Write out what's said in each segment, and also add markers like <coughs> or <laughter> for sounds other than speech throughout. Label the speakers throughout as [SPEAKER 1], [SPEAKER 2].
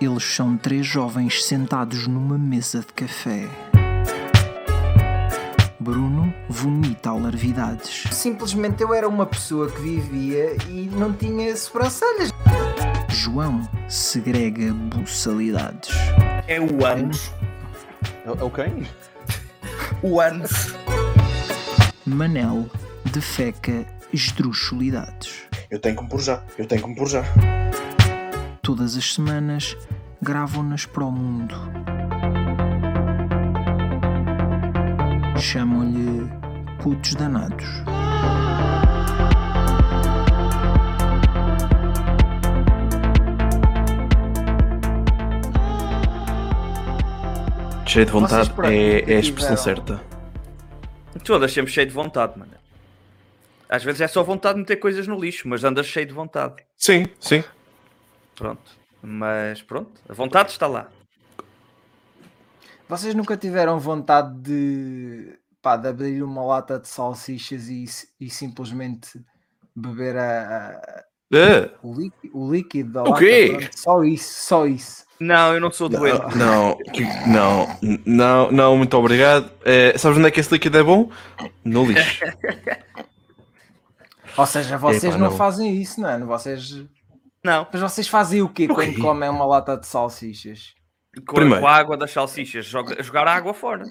[SPEAKER 1] Eles são três jovens sentados numa mesa de café. Bruno vomita alarvidades.
[SPEAKER 2] Simplesmente eu era uma pessoa que vivia e não tinha sobrancelhas.
[SPEAKER 1] João segrega buçalidades.
[SPEAKER 3] É o anos.
[SPEAKER 4] É é o quem?
[SPEAKER 3] O anos.
[SPEAKER 1] Manel defeca esdrúxulidades.
[SPEAKER 3] Eu tenho que me pôr já. Eu tenho que me pôr já.
[SPEAKER 1] Todas as semanas gravam-nas para o mundo. Chamam-lhe putos danados.
[SPEAKER 5] Cheio de
[SPEAKER 2] Vocês
[SPEAKER 5] vontade
[SPEAKER 2] por aí, o que
[SPEAKER 5] é, é a
[SPEAKER 2] tiveram?
[SPEAKER 5] expressão certa.
[SPEAKER 6] Tu andas sempre cheio de vontade, mano. Às vezes é só vontade de meter coisas no lixo, mas andas cheio de vontade.
[SPEAKER 5] Sim, sim.
[SPEAKER 6] Pronto. Mas pronto, a vontade está lá.
[SPEAKER 2] Vocês nunca tiveram vontade de, pá, de abrir uma lata de salsichas e, si- e simplesmente beber a- a-
[SPEAKER 5] Ah,
[SPEAKER 2] o, líqui- o líquido da
[SPEAKER 5] O
[SPEAKER 2] lata?
[SPEAKER 5] quê?
[SPEAKER 2] pronto, Só isso, só isso.
[SPEAKER 6] Não, eu não sou doente.
[SPEAKER 5] Não, não, não, não, muito obrigado. Eh, sabes onde é que esse líquido é bom? No
[SPEAKER 6] <laughs>
[SPEAKER 5] lixo.
[SPEAKER 2] Ou seja, vocês
[SPEAKER 5] Epá,
[SPEAKER 2] não,
[SPEAKER 5] não.
[SPEAKER 2] fazem isso, não é? Vocês...
[SPEAKER 6] Não.
[SPEAKER 2] Mas vocês fazem o quê
[SPEAKER 5] O
[SPEAKER 2] quando
[SPEAKER 5] quê?
[SPEAKER 2] comem uma lata de salsichas?
[SPEAKER 6] Com,
[SPEAKER 5] Primeiro.
[SPEAKER 6] com a água das salsichas, joga- jogar a água fora.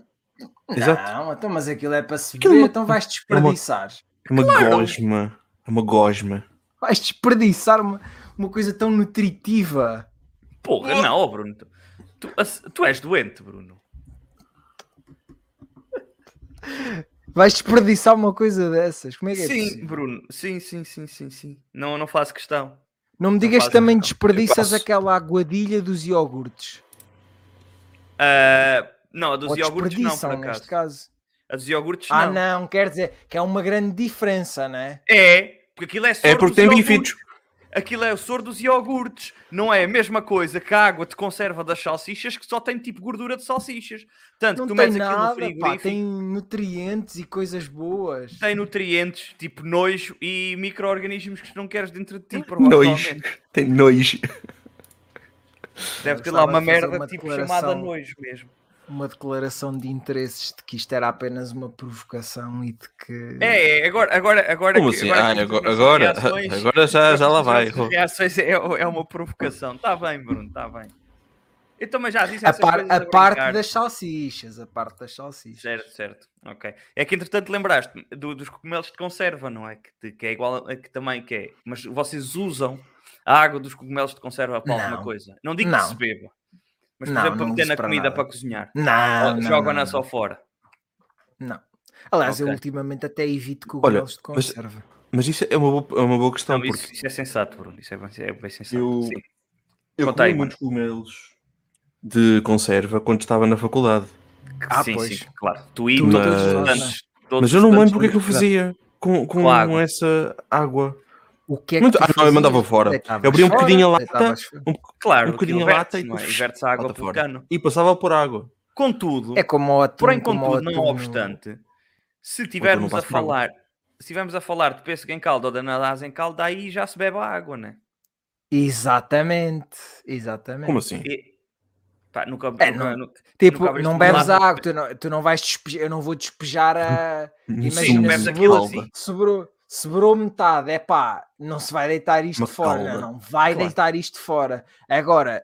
[SPEAKER 5] Exato.
[SPEAKER 2] Não, então, mas aquilo é para se
[SPEAKER 5] Aquilo é
[SPEAKER 2] beber,
[SPEAKER 5] uma-
[SPEAKER 2] então vais desperdiçar.
[SPEAKER 5] É uma gosma. É uma gosma.
[SPEAKER 2] Vais desperdiçar uma, uma coisa tão nutritiva.
[SPEAKER 6] Porra, não, ó, Bruno. Tu, tu- ass- tu és doente, Bruno.
[SPEAKER 2] Vais desperdiçar uma coisa dessas. Como é que é
[SPEAKER 6] Sim,
[SPEAKER 2] possível?
[SPEAKER 6] Bruno. Sim, sim, sim, sim, sim. Não, não faço questão.
[SPEAKER 2] Não me digas
[SPEAKER 6] faz
[SPEAKER 2] que também
[SPEAKER 6] então.
[SPEAKER 2] desperdiças
[SPEAKER 5] Eu passo.
[SPEAKER 2] aquela aguadilha dos iogurtes.
[SPEAKER 6] Ah, não, a dos
[SPEAKER 2] Ou
[SPEAKER 6] iogurtes não, por
[SPEAKER 2] desperdiçam,
[SPEAKER 6] acaso.
[SPEAKER 2] neste caso.
[SPEAKER 6] A dos iogurtes
[SPEAKER 2] Ah,
[SPEAKER 6] não.
[SPEAKER 2] não, quer dizer que é uma grande diferença, né?
[SPEAKER 6] É, porque aquilo é soro
[SPEAKER 5] É porque
[SPEAKER 6] dos
[SPEAKER 5] tem
[SPEAKER 6] iogurtes.
[SPEAKER 5] bifitos.
[SPEAKER 6] Aquilo é o soro dos iogurtes. Não é a mesma coisa que a água de conserva das salsichas que só tem tipo gordura de salsichas. Tanto
[SPEAKER 2] Não
[SPEAKER 6] que tu
[SPEAKER 2] tem
[SPEAKER 6] metes aquilo no
[SPEAKER 2] nada, pá,
[SPEAKER 6] frigorífico,
[SPEAKER 2] tem nutrientes e coisas boas.
[SPEAKER 6] tem nutrientes, tipo nojo e micro-organismos que tu não queres dentro de ti,
[SPEAKER 5] Nojo.
[SPEAKER 6] provavelmente.
[SPEAKER 5] Tem nojo.
[SPEAKER 6] Deve ter
[SPEAKER 2] Eu
[SPEAKER 6] lá
[SPEAKER 2] gostava
[SPEAKER 6] uma
[SPEAKER 2] de fazer
[SPEAKER 6] merda
[SPEAKER 2] uma
[SPEAKER 6] tipo chamada
[SPEAKER 2] declaração.
[SPEAKER 6] nojo mesmo.
[SPEAKER 2] Uma declaração de interesses de que isto era apenas uma provocação e de que.
[SPEAKER 6] É, é, agora, agora, agora.
[SPEAKER 5] Como
[SPEAKER 6] que-
[SPEAKER 5] assim?
[SPEAKER 6] agora
[SPEAKER 5] Ah,
[SPEAKER 6] que
[SPEAKER 5] agora,
[SPEAKER 6] começamos
[SPEAKER 5] agora,
[SPEAKER 6] as reações-
[SPEAKER 5] agora já, já lá vai.
[SPEAKER 6] <laughs> as reações é, é uma provocação. Está bem, Bruno, está bem. Eu também já disse
[SPEAKER 2] a,
[SPEAKER 6] essas
[SPEAKER 2] par-
[SPEAKER 6] coisas
[SPEAKER 2] a parte
[SPEAKER 6] brincar.
[SPEAKER 2] das salsichas, a parte das salsichas.
[SPEAKER 6] Certo, certo. Ok. É que entretanto lembraste-me do- dos cogumelos de conserva, não é? Que, te- que é igual a, que também que é. Mas vocês usam a água dos cogumelos de conserva para alguma
[SPEAKER 2] Não.
[SPEAKER 6] coisa. Não digo que
[SPEAKER 2] Não.
[SPEAKER 6] se beba. Mas por
[SPEAKER 2] Não,
[SPEAKER 6] exemplo, para
[SPEAKER 2] não
[SPEAKER 6] meter
[SPEAKER 2] uso
[SPEAKER 6] na
[SPEAKER 2] para
[SPEAKER 6] comida
[SPEAKER 2] nada.
[SPEAKER 6] para cozinhar.
[SPEAKER 2] Não, não, não,
[SPEAKER 6] Jogam-na
[SPEAKER 2] não.
[SPEAKER 6] só fora.
[SPEAKER 2] Não. Aliás, eu
[SPEAKER 6] Ok.
[SPEAKER 2] ultimamente até evito cogumelos de
[SPEAKER 5] mas-
[SPEAKER 2] conserva.
[SPEAKER 5] Mas isso é uma boa, é uma boa questão,
[SPEAKER 6] Não,
[SPEAKER 5] porque
[SPEAKER 6] isso, isso é sensato, Bruno. Isso é bem, é bem sensato.
[SPEAKER 5] Eu-
[SPEAKER 6] Sim.
[SPEAKER 5] eu
[SPEAKER 6] Conta aí,
[SPEAKER 5] comi muitos cogumelos de conserva quando estava na faculdade.
[SPEAKER 2] Ah,
[SPEAKER 6] sim,
[SPEAKER 2] pois.
[SPEAKER 6] sim, claro. Tu e
[SPEAKER 2] Tudo,
[SPEAKER 6] todos
[SPEAKER 5] todos
[SPEAKER 6] os
[SPEAKER 5] nós,
[SPEAKER 6] estudantes. todos
[SPEAKER 5] Mas
[SPEAKER 6] os
[SPEAKER 5] eu não me lembro o que é
[SPEAKER 6] estudantes
[SPEAKER 5] que eu fazia com, com,
[SPEAKER 6] Com água.
[SPEAKER 5] essa água.
[SPEAKER 2] O que é
[SPEAKER 5] Muito-
[SPEAKER 2] que tu
[SPEAKER 5] Ah, não, eu mandava
[SPEAKER 2] fazias?
[SPEAKER 5] fora.
[SPEAKER 2] Deitavas
[SPEAKER 5] Eu abria um bocadinho a
[SPEAKER 2] fora,
[SPEAKER 5] lata,
[SPEAKER 2] deitavas fora.
[SPEAKER 5] Um-
[SPEAKER 6] Claro,
[SPEAKER 5] um bocadinho
[SPEAKER 6] aquilo
[SPEAKER 5] a lata
[SPEAKER 6] verte,
[SPEAKER 5] e
[SPEAKER 6] não é?
[SPEAKER 5] tu-
[SPEAKER 6] E verte a água
[SPEAKER 5] bota
[SPEAKER 6] pelo
[SPEAKER 5] fora.
[SPEAKER 6] cano.
[SPEAKER 5] E passava por água.
[SPEAKER 6] Contudo,
[SPEAKER 2] É como o atum.
[SPEAKER 6] Porém,
[SPEAKER 2] como o
[SPEAKER 6] contudo, não
[SPEAKER 2] atum no-
[SPEAKER 6] obstante, se tivermos a
[SPEAKER 5] passo por água.
[SPEAKER 6] falar, se tivermos a falar de pêssego em calda ou de ananás em calda, aí já se bebe a água, né?
[SPEAKER 2] Exatamente, exatamente.
[SPEAKER 5] Como assim?
[SPEAKER 6] E, pá, nunca,
[SPEAKER 2] É,
[SPEAKER 6] nunca-
[SPEAKER 2] não-
[SPEAKER 6] nunca-
[SPEAKER 2] Tipo,
[SPEAKER 6] nunca abriste um
[SPEAKER 2] não
[SPEAKER 6] uma
[SPEAKER 2] bebes
[SPEAKER 6] lata de
[SPEAKER 2] água, tu não, tu não vais despejar, eu não vou despejar a.
[SPEAKER 6] não
[SPEAKER 2] Imagina,
[SPEAKER 6] bebes
[SPEAKER 5] <laughs> Sim,
[SPEAKER 6] aquilo
[SPEAKER 2] sobrou,
[SPEAKER 5] calda.
[SPEAKER 6] assim.
[SPEAKER 2] sobrou, sobrou metade, é pá, não se vai deitar isto
[SPEAKER 5] Uma
[SPEAKER 2] fora,
[SPEAKER 5] calda.
[SPEAKER 2] não, vai
[SPEAKER 5] Claro.
[SPEAKER 2] deitar isto fora. Agora,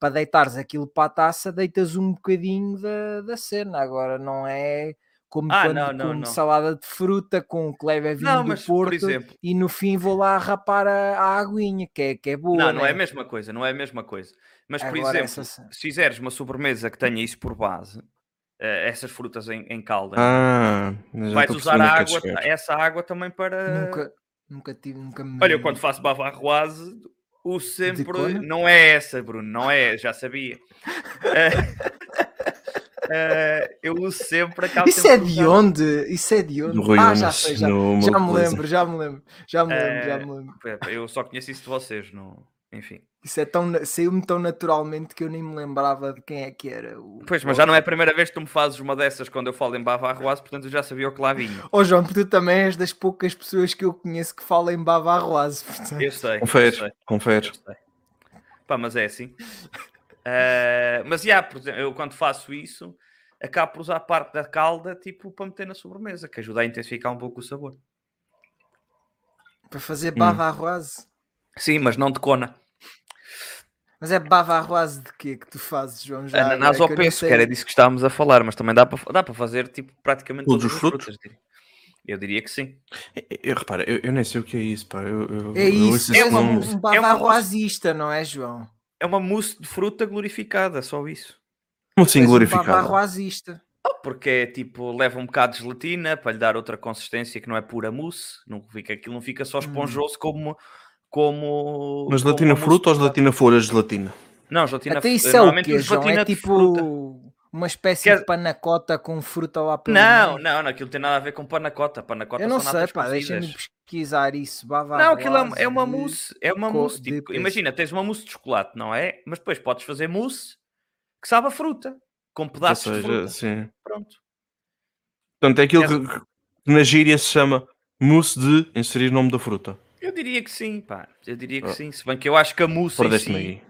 [SPEAKER 2] para deitares aquilo para a taça, deitas um bocadinho da, da cena, agora não é como
[SPEAKER 6] Ah,
[SPEAKER 2] quando
[SPEAKER 6] não, não,
[SPEAKER 2] como
[SPEAKER 6] não.
[SPEAKER 2] salada de fruta com o que leva vinho
[SPEAKER 6] Não,
[SPEAKER 2] do
[SPEAKER 6] mas por
[SPEAKER 2] Porto
[SPEAKER 6] exemplo,
[SPEAKER 2] e no fim vou lá rapar a, a aguinha, que é, que é boa.
[SPEAKER 6] não, não é a
[SPEAKER 2] né?
[SPEAKER 6] mesma coisa, não é a mesma coisa. Mas por
[SPEAKER 2] Agora,
[SPEAKER 6] exemplo,
[SPEAKER 2] essa cena.
[SPEAKER 6] se fizeres uma sobremesa que tenha isso por base, eh, essas frutas em, em calda,
[SPEAKER 5] Ah, já
[SPEAKER 6] vais
[SPEAKER 5] estou a
[SPEAKER 6] usar
[SPEAKER 5] perceber onde
[SPEAKER 6] a
[SPEAKER 5] é que
[SPEAKER 6] água,
[SPEAKER 5] queres chegar.
[SPEAKER 6] essa água também para
[SPEAKER 2] Nunca, nunca tive, nunca me.
[SPEAKER 6] Olha, eu quando faço bavarroise, o sempre.
[SPEAKER 2] cona?
[SPEAKER 6] Não é essa, Bruno, não é, já sabia. <laughs> Eh, eh, eu uso sempre aquela.
[SPEAKER 2] Isso é de onde? Isso é de
[SPEAKER 6] tá?
[SPEAKER 2] onde?
[SPEAKER 5] Do Rui
[SPEAKER 2] ah, já
[SPEAKER 5] Unas,
[SPEAKER 2] sei, já,
[SPEAKER 5] no
[SPEAKER 2] já me
[SPEAKER 5] Monopoliza.
[SPEAKER 2] lembro, já me lembro, já me lembro,
[SPEAKER 6] Eh,
[SPEAKER 2] já me lembro.
[SPEAKER 6] Eu só conheço isso de vocês, não... enfim.
[SPEAKER 2] Isso é tão, na- saiu-me tão naturalmente que eu nem me lembrava de quem é que era. O...
[SPEAKER 6] Pois, mas já não é a primeira vez que tu me fazes uma dessas quando eu falo em bavarroise, portanto eu já sabia o que lá vinha.
[SPEAKER 2] Oh João, porque tu também és das poucas pessoas que eu conheço que falam em Bava Arroase, portanto.
[SPEAKER 6] Eu sei. eu sei,
[SPEAKER 5] Confere,
[SPEAKER 6] eu
[SPEAKER 5] confere.
[SPEAKER 6] sei. Pá, mas é assim. <laughs> Ah, mas, já, por exemplo, eu quando faço isso, acabo por usar parte da calda, tipo, para meter na sobremesa, que ajuda a intensificar um pouco o sabor.
[SPEAKER 2] <laughs> Para fazer
[SPEAKER 5] Hum.
[SPEAKER 2] bava arroz.
[SPEAKER 6] Sim, mas não de cona.
[SPEAKER 2] Mas é bava arroz de quê que tu fazes, João? Já agora, Ah,
[SPEAKER 6] Ananás ou
[SPEAKER 2] é que eu não
[SPEAKER 6] penso,
[SPEAKER 2] sei.
[SPEAKER 6] que era disso que estávamos a falar, mas também dá para, dá para fazer, tipo, praticamente
[SPEAKER 5] Todos
[SPEAKER 6] todas
[SPEAKER 5] os
[SPEAKER 6] as
[SPEAKER 5] frutos?
[SPEAKER 6] frutas, diria. Eu diria que sim.
[SPEAKER 5] Eu, eu repara, eu, eu nem sei o que é isso, pá. Eu, eu,
[SPEAKER 2] É
[SPEAKER 5] eu
[SPEAKER 2] isso,
[SPEAKER 5] ouço
[SPEAKER 2] é
[SPEAKER 5] esse
[SPEAKER 2] uma,
[SPEAKER 5] nome.
[SPEAKER 2] um bava
[SPEAKER 6] é uma-
[SPEAKER 2] arrozista, não é, João?
[SPEAKER 6] É uma mousse de fruta glorificada, só isso.
[SPEAKER 5] Como assim
[SPEAKER 2] És Um bava
[SPEAKER 5] glorificado?
[SPEAKER 2] arrozista.
[SPEAKER 6] Ah, Porque é tipo, leva um bocado de gelatina para lhe dar outra consistência que não é pura mousse. Não fica, aquilo não fica
[SPEAKER 2] Hum.
[SPEAKER 6] só esponjoso como. como
[SPEAKER 5] Mas
[SPEAKER 6] como
[SPEAKER 5] gelatina
[SPEAKER 6] uma mousse
[SPEAKER 5] fruta ou
[SPEAKER 6] de chocolate.
[SPEAKER 5] gelatina folha de gelatina?
[SPEAKER 6] Não, gelatina
[SPEAKER 2] Até
[SPEAKER 6] fru-
[SPEAKER 2] isso é o
[SPEAKER 6] normalmente
[SPEAKER 2] quê, João? É
[SPEAKER 6] gelatina de fruta.
[SPEAKER 2] tipo uma espécie
[SPEAKER 6] Quer-
[SPEAKER 2] de panacota com fruta lá pelo
[SPEAKER 6] Não,
[SPEAKER 2] meio.
[SPEAKER 6] não, não, aquilo tem nada a ver com panacota. Panacota
[SPEAKER 2] é? Eu não
[SPEAKER 6] são
[SPEAKER 2] sei,
[SPEAKER 6] natas
[SPEAKER 2] pá,
[SPEAKER 6] cozidas.
[SPEAKER 2] deixa-me pesquisar isso. Bava
[SPEAKER 6] Não, aquilo é,
[SPEAKER 2] arroz
[SPEAKER 6] uma- é uma
[SPEAKER 2] de-
[SPEAKER 6] mousse. É uma
[SPEAKER 2] co-
[SPEAKER 6] mousse.
[SPEAKER 2] de
[SPEAKER 6] tipo,
[SPEAKER 2] coisa.
[SPEAKER 6] imagina, tens uma mousse de chocolate, não é? Mas depois podes fazer mousse que sabe a fruta. Com pedaços
[SPEAKER 5] Ou
[SPEAKER 6] de
[SPEAKER 5] seja,
[SPEAKER 6] fruta.
[SPEAKER 5] sim.
[SPEAKER 6] Pronto.
[SPEAKER 5] Portanto, é aquilo que, que na gíria se chama mousse de inserir nome da fruta.
[SPEAKER 6] Eu diria que sim, pá. Eu diria que
[SPEAKER 5] Ah.
[SPEAKER 6] sim. Se bem que eu acho que a mousse. em
[SPEAKER 5] Perdeste-me
[SPEAKER 6] si-
[SPEAKER 5] aí.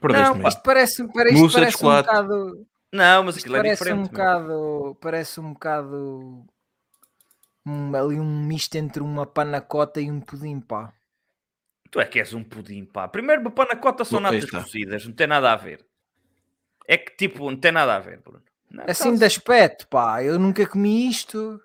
[SPEAKER 5] Perdeste-me aí.
[SPEAKER 6] pá.
[SPEAKER 2] Isto parece, para- isto
[SPEAKER 5] Mousse
[SPEAKER 6] é
[SPEAKER 5] de
[SPEAKER 2] parece um
[SPEAKER 5] chocolate.
[SPEAKER 2] bocado.
[SPEAKER 6] Não, mas
[SPEAKER 2] Isto
[SPEAKER 6] aquilo é
[SPEAKER 2] parece
[SPEAKER 6] diferente.
[SPEAKER 2] um
[SPEAKER 6] meu.
[SPEAKER 2] bocado. Parece um bocado. um- ali um misto entre uma panacota e um pudim, pá.
[SPEAKER 6] Tu é que és um pudim, pá. Primeiro, uma panacota são
[SPEAKER 5] Bom, aí
[SPEAKER 6] natas
[SPEAKER 5] está.
[SPEAKER 6] cozidas, não tem nada a ver. É que tipo, não tem nada a ver, Bruno. Não,
[SPEAKER 2] Assim
[SPEAKER 6] tá-
[SPEAKER 2] de aspecto, pá. Eu nunca comi isto,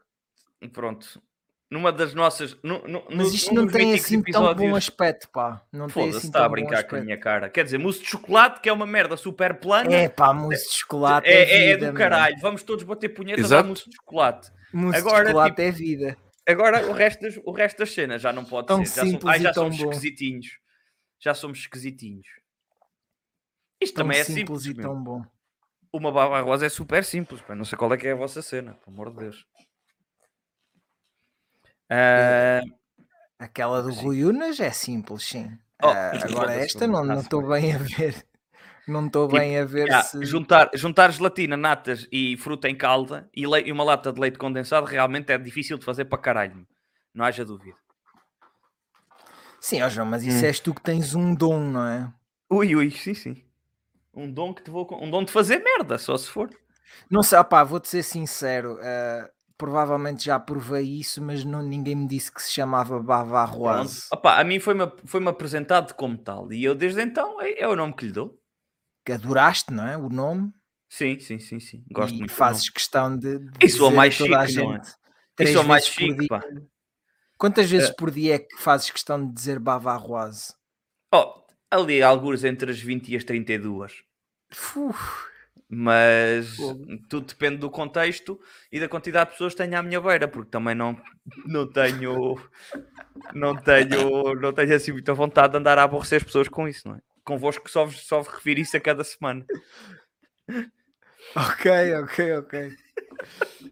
[SPEAKER 6] Pronto. Numa das nossas. Nu, nu,
[SPEAKER 2] mas
[SPEAKER 6] nu-
[SPEAKER 2] isto
[SPEAKER 6] num
[SPEAKER 2] não
[SPEAKER 6] um dos
[SPEAKER 2] tem
[SPEAKER 6] 25
[SPEAKER 2] assim tão bom
[SPEAKER 6] episódios-
[SPEAKER 2] aspecto, pá. Não tem
[SPEAKER 6] Foda-se,
[SPEAKER 2] assim
[SPEAKER 6] está a
[SPEAKER 2] tão bom
[SPEAKER 6] brincar com a
[SPEAKER 2] aspecto.
[SPEAKER 6] minha cara. Quer dizer, mousse de chocolate, que é uma merda super plana.
[SPEAKER 2] É pá, mousse de chocolate é,
[SPEAKER 6] é, é- é
[SPEAKER 2] vida,
[SPEAKER 6] do
[SPEAKER 2] mano.
[SPEAKER 6] caralho. Vamos todos bater punhetas
[SPEAKER 5] Exato.
[SPEAKER 6] à mousse de chocolate.
[SPEAKER 2] Mousse
[SPEAKER 6] Agora,
[SPEAKER 2] de chocolate
[SPEAKER 6] tipo,
[SPEAKER 2] é vida.
[SPEAKER 6] Agora o resto das, o resto das cenas já não pode
[SPEAKER 2] Tão
[SPEAKER 6] ser. Já, som-
[SPEAKER 2] simples
[SPEAKER 6] ai,
[SPEAKER 2] e
[SPEAKER 6] já
[SPEAKER 2] tão
[SPEAKER 6] somos
[SPEAKER 2] bom.
[SPEAKER 6] esquisitinhos. Já somos esquisitinhos. Isto
[SPEAKER 2] Tão
[SPEAKER 6] também é
[SPEAKER 2] simples
[SPEAKER 6] simples.
[SPEAKER 2] e
[SPEAKER 6] meu.
[SPEAKER 2] tão bom.
[SPEAKER 6] Uma baba à rosa é super simples. pá. Não sei qual é que é a vossa cena, pelo amor de Deus.
[SPEAKER 2] é.
[SPEAKER 6] Ah,
[SPEAKER 2] Aquela do Rui Unas é simples, sim.
[SPEAKER 6] Oh,
[SPEAKER 2] Ah,
[SPEAKER 6] isto
[SPEAKER 2] agora
[SPEAKER 6] foda-se,
[SPEAKER 2] esta
[SPEAKER 6] Bruno,
[SPEAKER 2] não não
[SPEAKER 6] está-se
[SPEAKER 2] estou bem a ver. <laughs> Não estou
[SPEAKER 6] Tipo,
[SPEAKER 2] bem a ver
[SPEAKER 6] já,
[SPEAKER 2] se.
[SPEAKER 6] juntar, juntar gelatina, natas e fruta em calda e, le- e uma lata de leite condensado realmente é difícil de fazer para caralho. meu. Não haja dúvida.
[SPEAKER 2] Sim, ó João, mas
[SPEAKER 6] Hum.
[SPEAKER 2] isso és tu que tens um dom, não é?
[SPEAKER 6] Ui, ui, sim, sim. Um dom que te vou. con- Um dom de fazer merda, só se for.
[SPEAKER 2] Não sei, opá, vou-te ser sincero. ah, provavelmente já provei isso, mas não, ninguém me disse que se chamava Bava
[SPEAKER 6] Pronto.
[SPEAKER 2] Arroz.
[SPEAKER 6] Opa, a mim foi-me foi apresentado como tal e eu desde então é, é o nome que lhe dou.
[SPEAKER 2] Que adoraste, não é? O nome.
[SPEAKER 6] Sim, sim, sim, sim. Gosto
[SPEAKER 2] e
[SPEAKER 6] muito. do
[SPEAKER 2] fazes questão de. de
[SPEAKER 6] Isso
[SPEAKER 2] dizer
[SPEAKER 6] é o
[SPEAKER 2] a
[SPEAKER 6] mais
[SPEAKER 2] toda a
[SPEAKER 6] chique, não é?
[SPEAKER 2] gente
[SPEAKER 6] nome.
[SPEAKER 2] três
[SPEAKER 6] Isso é o mais
[SPEAKER 2] vezes por
[SPEAKER 6] chique, Ah.
[SPEAKER 2] dia.
[SPEAKER 6] pá.
[SPEAKER 2] Quantas vezes por dia é que fazes questão de dizer Bava Arroz?
[SPEAKER 6] Oh, ali alguns entre as 20 e as 32.
[SPEAKER 2] Uf,
[SPEAKER 6] Mas
[SPEAKER 2] Fogo.
[SPEAKER 6] tudo depende do contexto e da quantidade de pessoas que tenho à minha beira, porque também não, não tenho não tenho não tenho assim muita vontade de andar a aborrecer as pessoas com isso, não é? Convosco só vos, só vos refiro isso a cada semana.
[SPEAKER 2] ok, ok,
[SPEAKER 6] <laughs>
[SPEAKER 2] ok.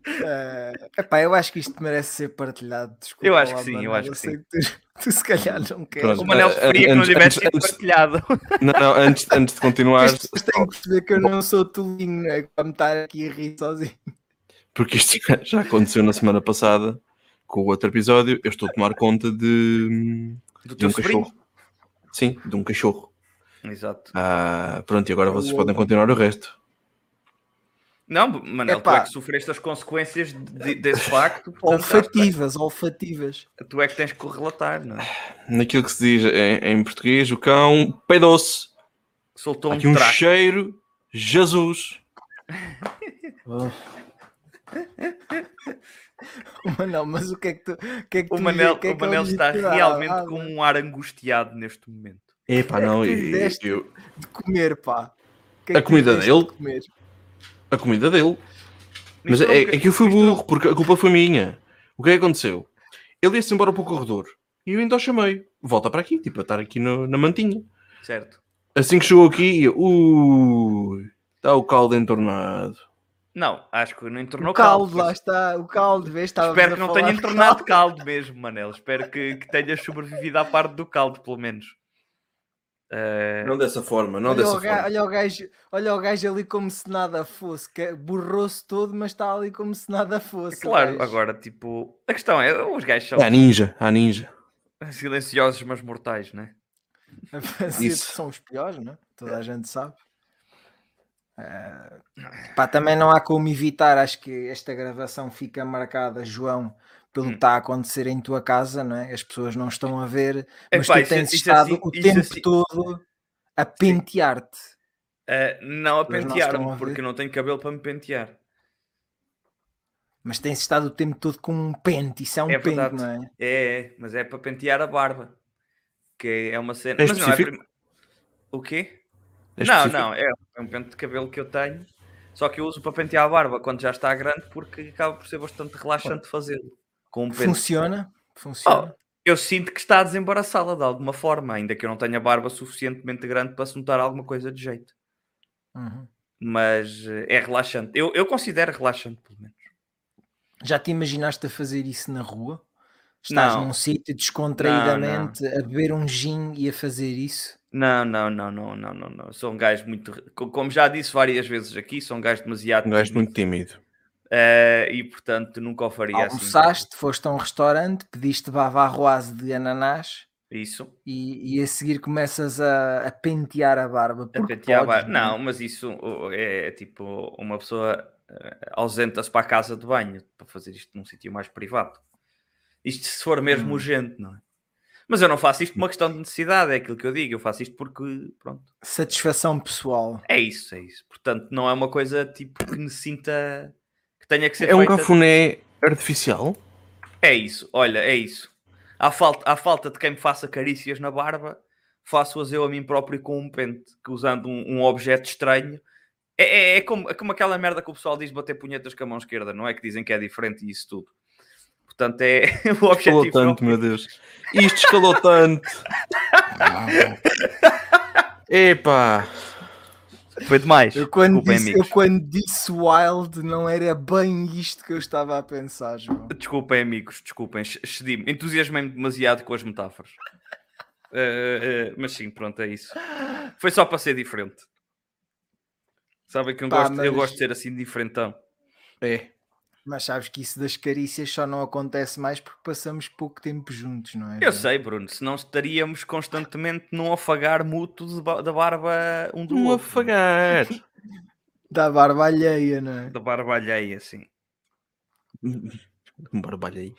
[SPEAKER 2] Eh, epá, eu acho que isto merece ser partilhado. Desculpa,
[SPEAKER 6] Eu acho que
[SPEAKER 2] lá,
[SPEAKER 6] sim, eu
[SPEAKER 2] Manel,
[SPEAKER 6] acho que
[SPEAKER 2] sei Tu, <laughs> tu se calhar não queres.
[SPEAKER 5] Pronto.
[SPEAKER 6] O Manel
[SPEAKER 5] Ah,
[SPEAKER 6] preferia que não
[SPEAKER 5] antes-
[SPEAKER 6] tivesse sido
[SPEAKER 5] antes- antes-
[SPEAKER 6] partilhado.
[SPEAKER 5] Não, não, antes, antes de continuar,
[SPEAKER 2] As pessoas têm que perceber que eu não sou tolinho, não é? Para me estar aqui a rir
[SPEAKER 6] <laughs>
[SPEAKER 2] sozinho.
[SPEAKER 5] porque isto já aconteceu na semana passada com o outro episódio, eu estou a tomar conta de,
[SPEAKER 6] Do
[SPEAKER 5] de
[SPEAKER 6] teu
[SPEAKER 5] um
[SPEAKER 6] sobrinho.
[SPEAKER 5] cachorro. Sim, de um cachorro.
[SPEAKER 6] Exato.
[SPEAKER 5] Ah, pronto, e agora vocês podem continuar o resto.
[SPEAKER 6] Não, Manel, tu é
[SPEAKER 2] Epá.
[SPEAKER 6] que sofreste as consequências de- desse facto. portanto,
[SPEAKER 2] Olfativas, olfativas. <laughs>
[SPEAKER 6] acho que Tu é que tens que correlatar, não é?
[SPEAKER 5] Naquilo que se diz em, em português, o cão peidou-se.
[SPEAKER 6] Soltou
[SPEAKER 5] Há
[SPEAKER 6] um
[SPEAKER 5] Aqui um
[SPEAKER 6] traque.
[SPEAKER 5] cheiro,
[SPEAKER 6] <laughs>
[SPEAKER 5] Jesus.
[SPEAKER 2] O Manel, mas o que é que tu. O, que é que
[SPEAKER 6] O
[SPEAKER 2] tu-
[SPEAKER 6] Manel,
[SPEAKER 2] que é
[SPEAKER 6] o
[SPEAKER 2] que é
[SPEAKER 6] Manel está
[SPEAKER 2] objetivo? Ah,
[SPEAKER 6] realmente
[SPEAKER 2] ah,
[SPEAKER 6] com um ar angustiado neste momento.
[SPEAKER 5] Epá, não,
[SPEAKER 2] tu
[SPEAKER 5] e-
[SPEAKER 2] deste?
[SPEAKER 5] eu-
[SPEAKER 2] De comer, pá. O que
[SPEAKER 5] A
[SPEAKER 2] tu
[SPEAKER 5] comida
[SPEAKER 2] tens de
[SPEAKER 5] dele?
[SPEAKER 2] comer?
[SPEAKER 5] a comida dele. Mas
[SPEAKER 6] Isto
[SPEAKER 5] é,
[SPEAKER 6] é um
[SPEAKER 5] é que eu fui burro, porque a culpa foi minha. O que é que aconteceu? Ele ia-se embora para o corredor e eu ainda o chamei. Volta para aqui, tipo, a estar aqui no- na mantinha.
[SPEAKER 6] bocadinho- Certo.
[SPEAKER 5] Assim que chegou aqui, eu, ui, está o caldo entornado.
[SPEAKER 6] Não, acho que não entornou
[SPEAKER 2] o caldo, lá
[SPEAKER 6] caldo
[SPEAKER 2] está. O caldo, vês? Estava
[SPEAKER 6] Espero que não tenha entornado caldo mesmo, Manel. Espero que, que tenhas sobrevivido à parte do caldo, pelo menos. Eh,
[SPEAKER 5] Não dessa forma, não
[SPEAKER 2] olha,
[SPEAKER 5] dessa
[SPEAKER 2] o ga-
[SPEAKER 5] forma.
[SPEAKER 2] olha o gajo, olha o gajo ali como se nada fosse, que é, borrou-se todo, mas está ali como se nada fosse. o
[SPEAKER 6] claro,
[SPEAKER 2] gajo. <laughs>
[SPEAKER 6] agora, tipo, a questão é: os gajos são
[SPEAKER 5] É a ninja, a ninja.
[SPEAKER 6] silenciosos, mas mortais, né?
[SPEAKER 2] A fazer-
[SPEAKER 5] Isso.
[SPEAKER 6] É.
[SPEAKER 2] São os piores, não é? Toda a gente sabe. Ah, pá, também não há como evitar, acho que esta gravação fica marcada, João, pelo
[SPEAKER 6] Hum.
[SPEAKER 2] que está a acontecer em tua casa, não é? As pessoas não estão a ver, mas
[SPEAKER 6] Epá,
[SPEAKER 2] tu
[SPEAKER 6] isso-
[SPEAKER 2] tens
[SPEAKER 6] isso
[SPEAKER 2] estado
[SPEAKER 6] assim-
[SPEAKER 2] o
[SPEAKER 6] isso
[SPEAKER 2] tempo
[SPEAKER 6] assim-
[SPEAKER 2] todo a pentear-te.
[SPEAKER 6] Ah, não a
[SPEAKER 2] Mas não estão a
[SPEAKER 6] pentear-me,
[SPEAKER 2] ver.
[SPEAKER 6] porque eu não tenho cabelo para me pentear.
[SPEAKER 2] Mas tens estado o tempo todo com um pente, isso é um
[SPEAKER 6] É
[SPEAKER 2] pente,
[SPEAKER 6] verdade.
[SPEAKER 2] não é?
[SPEAKER 6] É, é, mas é para pentear a barba. Que é uma cena.
[SPEAKER 5] É
[SPEAKER 6] mas não, é
[SPEAKER 5] específico?
[SPEAKER 6] prim- O quê?
[SPEAKER 5] É
[SPEAKER 6] não,
[SPEAKER 5] específico?
[SPEAKER 6] não, é é um pente de cabelo que eu tenho. Só que eu uso para pentear a barba quando já está grande, porque acaba por ser bastante relaxante fazê-lo. Com um pente.
[SPEAKER 2] Funciona? Funciona.
[SPEAKER 6] Eu sinto que está a desembaraçá-la de alguma forma, ainda que eu não tenha barba suficientemente grande para se notar alguma coisa de jeito.
[SPEAKER 2] Uhum.
[SPEAKER 6] Mas eh, é relaxante. Eu, eu considero relaxante, pelo menos.
[SPEAKER 2] Já te imaginaste a fazer isso na rua? Estás
[SPEAKER 6] Não.
[SPEAKER 2] num sítio descontraídamente a beber um gin e a fazer isso?
[SPEAKER 6] Não, não, não, não, não, não, não. Sou um gajo muito. re- co- Como já disse várias vezes aqui, sou um gajo demasiado.
[SPEAKER 5] Um gajo
[SPEAKER 6] tímido.
[SPEAKER 5] muito tímido.
[SPEAKER 6] Eh, e portanto nunca o faria assim.
[SPEAKER 2] Almoçaste, foste a um restaurante, pediste bavarroase de ananás
[SPEAKER 6] Isso.
[SPEAKER 2] e, e a seguir começas a, a pentear a barba.
[SPEAKER 6] A
[SPEAKER 2] porque
[SPEAKER 6] pentear a
[SPEAKER 2] podes, é?
[SPEAKER 6] barba. Não, mas isso oh, é, é tipo uma pessoa eh, ausenta-se para a casa de banho para fazer isto num sítio mais privado. Isto se for mesmo urgente, não é? Mas eu não faço isto por uma questão de necessidade, é aquilo que eu digo. Eu faço isto porque, pronto,
[SPEAKER 2] Satisfação pessoal.
[SPEAKER 6] é isso, é isso. Portanto, não é uma coisa tipo que me sinta que tenha que ser
[SPEAKER 5] É um
[SPEAKER 6] feita.
[SPEAKER 5] gafuné artificial?
[SPEAKER 6] É isso, olha, é isso. À falta, à falta de quem me faça carícias na barba, faço-as eu a mim próprio com um pente, que usando um, um objeto estranho. É, é- é como, é como aquela merda que o pessoal diz bater punhetas com a mão esquerda, não é? Que dizem que é diferente e isso tudo. Portanto, é <laughs> o
[SPEAKER 5] Escalou
[SPEAKER 6] objetivo.
[SPEAKER 5] tanto,
[SPEAKER 6] próprio.
[SPEAKER 5] meu Deus. Isto escalou tanto. <laughs> Epá.
[SPEAKER 6] Foi demais.
[SPEAKER 2] Eu quando,
[SPEAKER 6] Desculpem,
[SPEAKER 2] disse, eu
[SPEAKER 6] amigos.
[SPEAKER 2] quando disse wild, não era bem isto que eu estava a pensar, João.
[SPEAKER 6] Desculpem, amigos, desculpem. ex- Excedi-me. Entusiasmei-me demasiado com as metáforas. <laughs> Eh, eh, mas sim, pronto, é isso. Foi só para ser diferente. Sabem que eu,
[SPEAKER 2] Pá,
[SPEAKER 6] gosto, eu
[SPEAKER 2] mas-
[SPEAKER 6] gosto de ser assim diferentão.
[SPEAKER 5] É.
[SPEAKER 2] Mas sabes que isso das carícias só não acontece mais porque passamos pouco tempo juntos, não é?
[SPEAKER 6] Eu
[SPEAKER 2] João?
[SPEAKER 6] sei, Bruno, senão estaríamos constantemente num afagar mútuo de ba- da barba um do
[SPEAKER 5] Um
[SPEAKER 6] outro. não é?
[SPEAKER 5] afagar.
[SPEAKER 2] Da barba alheia, não é?
[SPEAKER 6] Da barba alheia, assim.
[SPEAKER 5] Um barbalho aí.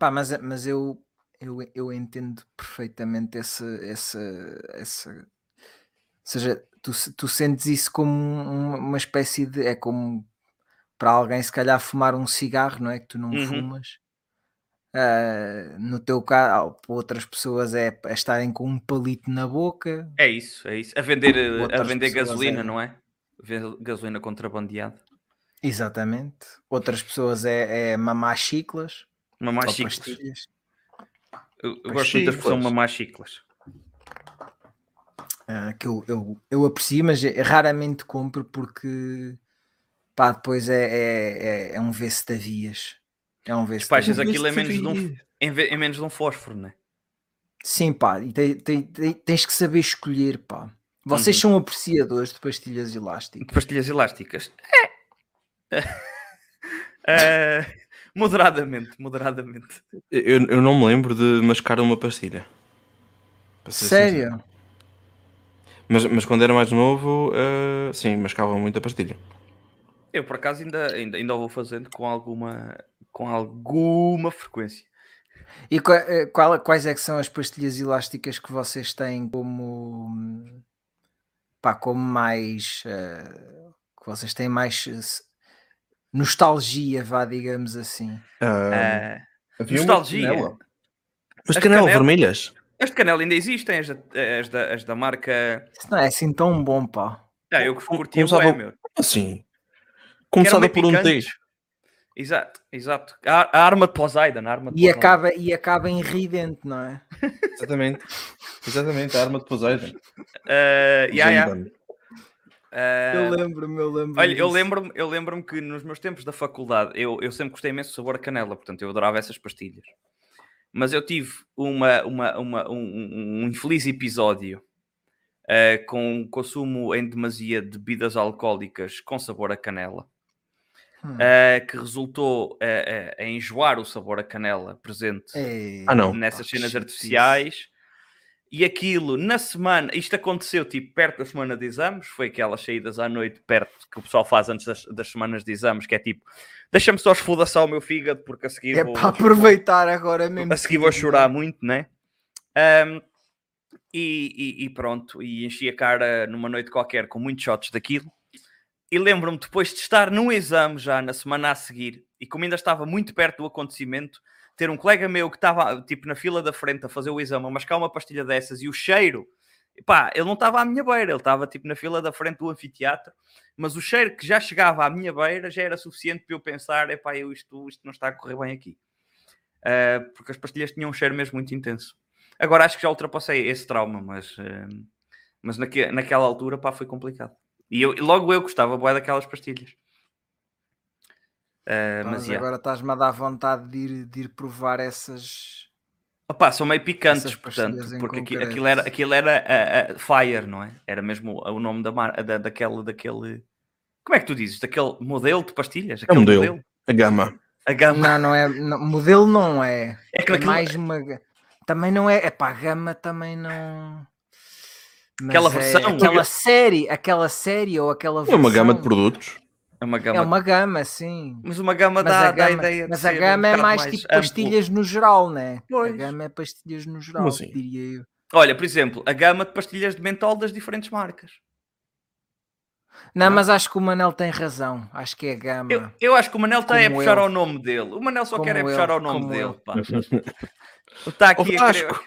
[SPEAKER 2] Pá, mas, mas eu, eu, eu entendo perfeitamente essa, essa, essa. Ou seja, tu, se- tu sentes isso como um- uma espécie de. É como para alguém, se calhar, fumar um cigarro, não é? Que tu não
[SPEAKER 6] Uhum.
[SPEAKER 2] fumas. Ah, no teu caso, para outras pessoas é p- estarem com um palito na boca.
[SPEAKER 6] É isso, é isso. A vender, eh, a
[SPEAKER 2] Outras
[SPEAKER 6] vender
[SPEAKER 2] pessoas
[SPEAKER 6] gasolina,
[SPEAKER 2] é-
[SPEAKER 6] não é? Ven- Gasolina contrabandeada.
[SPEAKER 2] Exatamente. Outras pessoas é, é mamar chiclas.
[SPEAKER 6] Mamar
[SPEAKER 2] ou
[SPEAKER 6] chiclas.
[SPEAKER 2] pastilhas.
[SPEAKER 6] Eu, eu gosto muito da expressão
[SPEAKER 5] Chiclas.
[SPEAKER 6] mamar chiclas.
[SPEAKER 2] ah, que eu, eu, eu aprecio, mas eh, raramente compro porque pá, depois é, é, é, é um vê-se tavias. É um vê-se
[SPEAKER 6] Despachas
[SPEAKER 2] tavias.
[SPEAKER 6] aquilo é menos de um, em, ve- em menos de um fósforo, não é?
[SPEAKER 2] Sim, pá, e te- te- te- tens que saber escolher, pá. Vocês
[SPEAKER 6] Uhum.
[SPEAKER 2] são apreciadores de pastilhas
[SPEAKER 6] De
[SPEAKER 2] elásticas.
[SPEAKER 6] pastilhas elásticas. É. <laughs> Eh, moderadamente, moderadamente.
[SPEAKER 5] Eu, eu não me lembro de mascar uma pastilha. Para ser sincero.
[SPEAKER 2] Sério?
[SPEAKER 5] Mas, mas quando era mais novo, eh, sim, mascava muito a pastilha.
[SPEAKER 6] Eu por acaso ainda, ainda, ainda o vou fazendo com alguma com alguma frequência.
[SPEAKER 2] E qua- eh, qual- quais é que são as pastilhas elásticas que vocês têm como pá, como mais eh, que vocês têm mais eh, s- nostalgia, vá, digamos assim.
[SPEAKER 5] Ah,
[SPEAKER 6] Ah,
[SPEAKER 4] Havia uma
[SPEAKER 6] nostalgia.
[SPEAKER 4] canela.
[SPEAKER 5] mas
[SPEAKER 6] as
[SPEAKER 5] canela
[SPEAKER 6] canel-
[SPEAKER 5] vermelhas?
[SPEAKER 6] As de canela ainda existem, as da, é as da, as da marca.
[SPEAKER 2] Isso não é assim tão bom, pá.
[SPEAKER 6] Ah, eu que
[SPEAKER 5] Como-
[SPEAKER 6] curti o
[SPEAKER 5] como sabe-
[SPEAKER 6] meu. que
[SPEAKER 5] Assim.
[SPEAKER 6] eram
[SPEAKER 5] Começada
[SPEAKER 6] meio
[SPEAKER 5] por um T.
[SPEAKER 6] picantes. Exato, exato. A, a arma de Poseidon, a arma de
[SPEAKER 2] E
[SPEAKER 6] Poseidon.
[SPEAKER 2] acaba, e acaba em ridente, não é?
[SPEAKER 4] Exatamente. Exatamente, a arma de Poseidon.
[SPEAKER 6] Ah, <laughs> yeah, yeah. Ah,
[SPEAKER 2] Eu lembro-me, eu lembro
[SPEAKER 6] Olha, eu lembro-me eu lembro que nos meus tempos da faculdade eu, eu sempre gostei imenso do sabor a canela, portanto eu adorava essas pastilhas. Mas eu tive uma, uma, uma- um, um- um infeliz episódio eh, com um consumo em demasia de bebidas alcoólicas com sabor a canela,
[SPEAKER 2] Hum.
[SPEAKER 6] eh, que resultou eh, eh, em enjoar o sabor a canela presente
[SPEAKER 2] Ei,
[SPEAKER 5] Ah, não.
[SPEAKER 6] nessas
[SPEAKER 2] pá, que
[SPEAKER 6] cenas
[SPEAKER 2] chatice.
[SPEAKER 6] artificiais e aquilo, na semana, isto aconteceu tipo perto da semana de exames, foi aquelas saídas à noite perto que o pessoal faz antes das, das semanas de exames, que é tipo, deixa-me só esfudar só o meu fígado, porque a seguir
[SPEAKER 2] É
[SPEAKER 6] vou,
[SPEAKER 2] para aproveitar agora é mesmo.
[SPEAKER 6] a seguir vou chorar muito, né? Ahm, e, e- e pronto, e enchi a cara numa noite qualquer com muitos shots daquilo. E lembro-me depois de estar num exame já na semana a seguir, e como ainda estava muito perto do acontecimento, ter um colega meu que estava tipo na fila da frente a fazer o exame, a mascar uma pastilha dessas e o cheiro. Pá, ele não estava à minha beira, ele estava tipo na fila da frente do anfiteatro, mas o cheiro que já chegava à minha beira já era suficiente para eu pensar: epá, eu isto, isto não está a correr bem aqui. Ah, porque as pastilhas tinham um cheiro mesmo muito intenso. Agora acho que já ultrapassei esse trauma, mas, ah, mas naque- naquela altura pá, foi complicado. E eu- e logo eu gostava bué daquelas pastilhas. Ah,
[SPEAKER 2] eh, Mas
[SPEAKER 6] mas yeah.
[SPEAKER 2] agora estás-me a dar vontade de ir, de ir provar essas.
[SPEAKER 6] Opa, são meio picantes,
[SPEAKER 2] Essas
[SPEAKER 6] portanto,
[SPEAKER 2] pastilhas em
[SPEAKER 6] porque aqui-
[SPEAKER 2] concreto.
[SPEAKER 6] aquilo era, aquilo era a, a Fire, não é? Era mesmo o nome da, mar, da daquele, daquele. Como é que tu dizes? Daquele modelo de pastilhas? Aquele
[SPEAKER 5] modelo. A gama.
[SPEAKER 6] A gama.
[SPEAKER 2] Não, não é. não, modelo não é.
[SPEAKER 6] é que
[SPEAKER 2] É
[SPEAKER 6] naquilo-
[SPEAKER 2] mais uma. ga- Também não é. É para a gama também não. Mas
[SPEAKER 6] Aquela
[SPEAKER 2] é
[SPEAKER 6] versão.
[SPEAKER 2] Aquela série, aquela série ou aquela
[SPEAKER 5] É
[SPEAKER 2] versão.
[SPEAKER 5] uma gama de produtos.
[SPEAKER 6] É uma gama.
[SPEAKER 2] É uma gama, sim.
[SPEAKER 6] Mas uma gama
[SPEAKER 2] Mas,
[SPEAKER 6] dá,
[SPEAKER 2] a
[SPEAKER 6] dá a
[SPEAKER 2] gama,
[SPEAKER 6] ideia de
[SPEAKER 2] mas a
[SPEAKER 6] ser um
[SPEAKER 2] gama é
[SPEAKER 6] bocado
[SPEAKER 2] mais, tipo
[SPEAKER 6] amplo.
[SPEAKER 2] pastilhas no geral, né?
[SPEAKER 6] Pois.
[SPEAKER 2] A gama é pastilhas no geral,
[SPEAKER 5] Como assim?
[SPEAKER 2] diria eu.
[SPEAKER 6] Olha, por exemplo, a gama de pastilhas de mentol das diferentes marcas.
[SPEAKER 2] Não, mas acho que o Manel tem razão. Acho que é gama.
[SPEAKER 6] Eu, eu acho que o Manel está a
[SPEAKER 2] Como
[SPEAKER 6] puxar
[SPEAKER 2] eu.
[SPEAKER 6] ao nome dele. O Manel só quer é
[SPEAKER 2] Como eu,
[SPEAKER 6] puxar ao nome
[SPEAKER 2] como
[SPEAKER 6] dele.
[SPEAKER 2] eu. <laughs>
[SPEAKER 6] Pá. Está aqui
[SPEAKER 5] Ó,
[SPEAKER 6] a querer...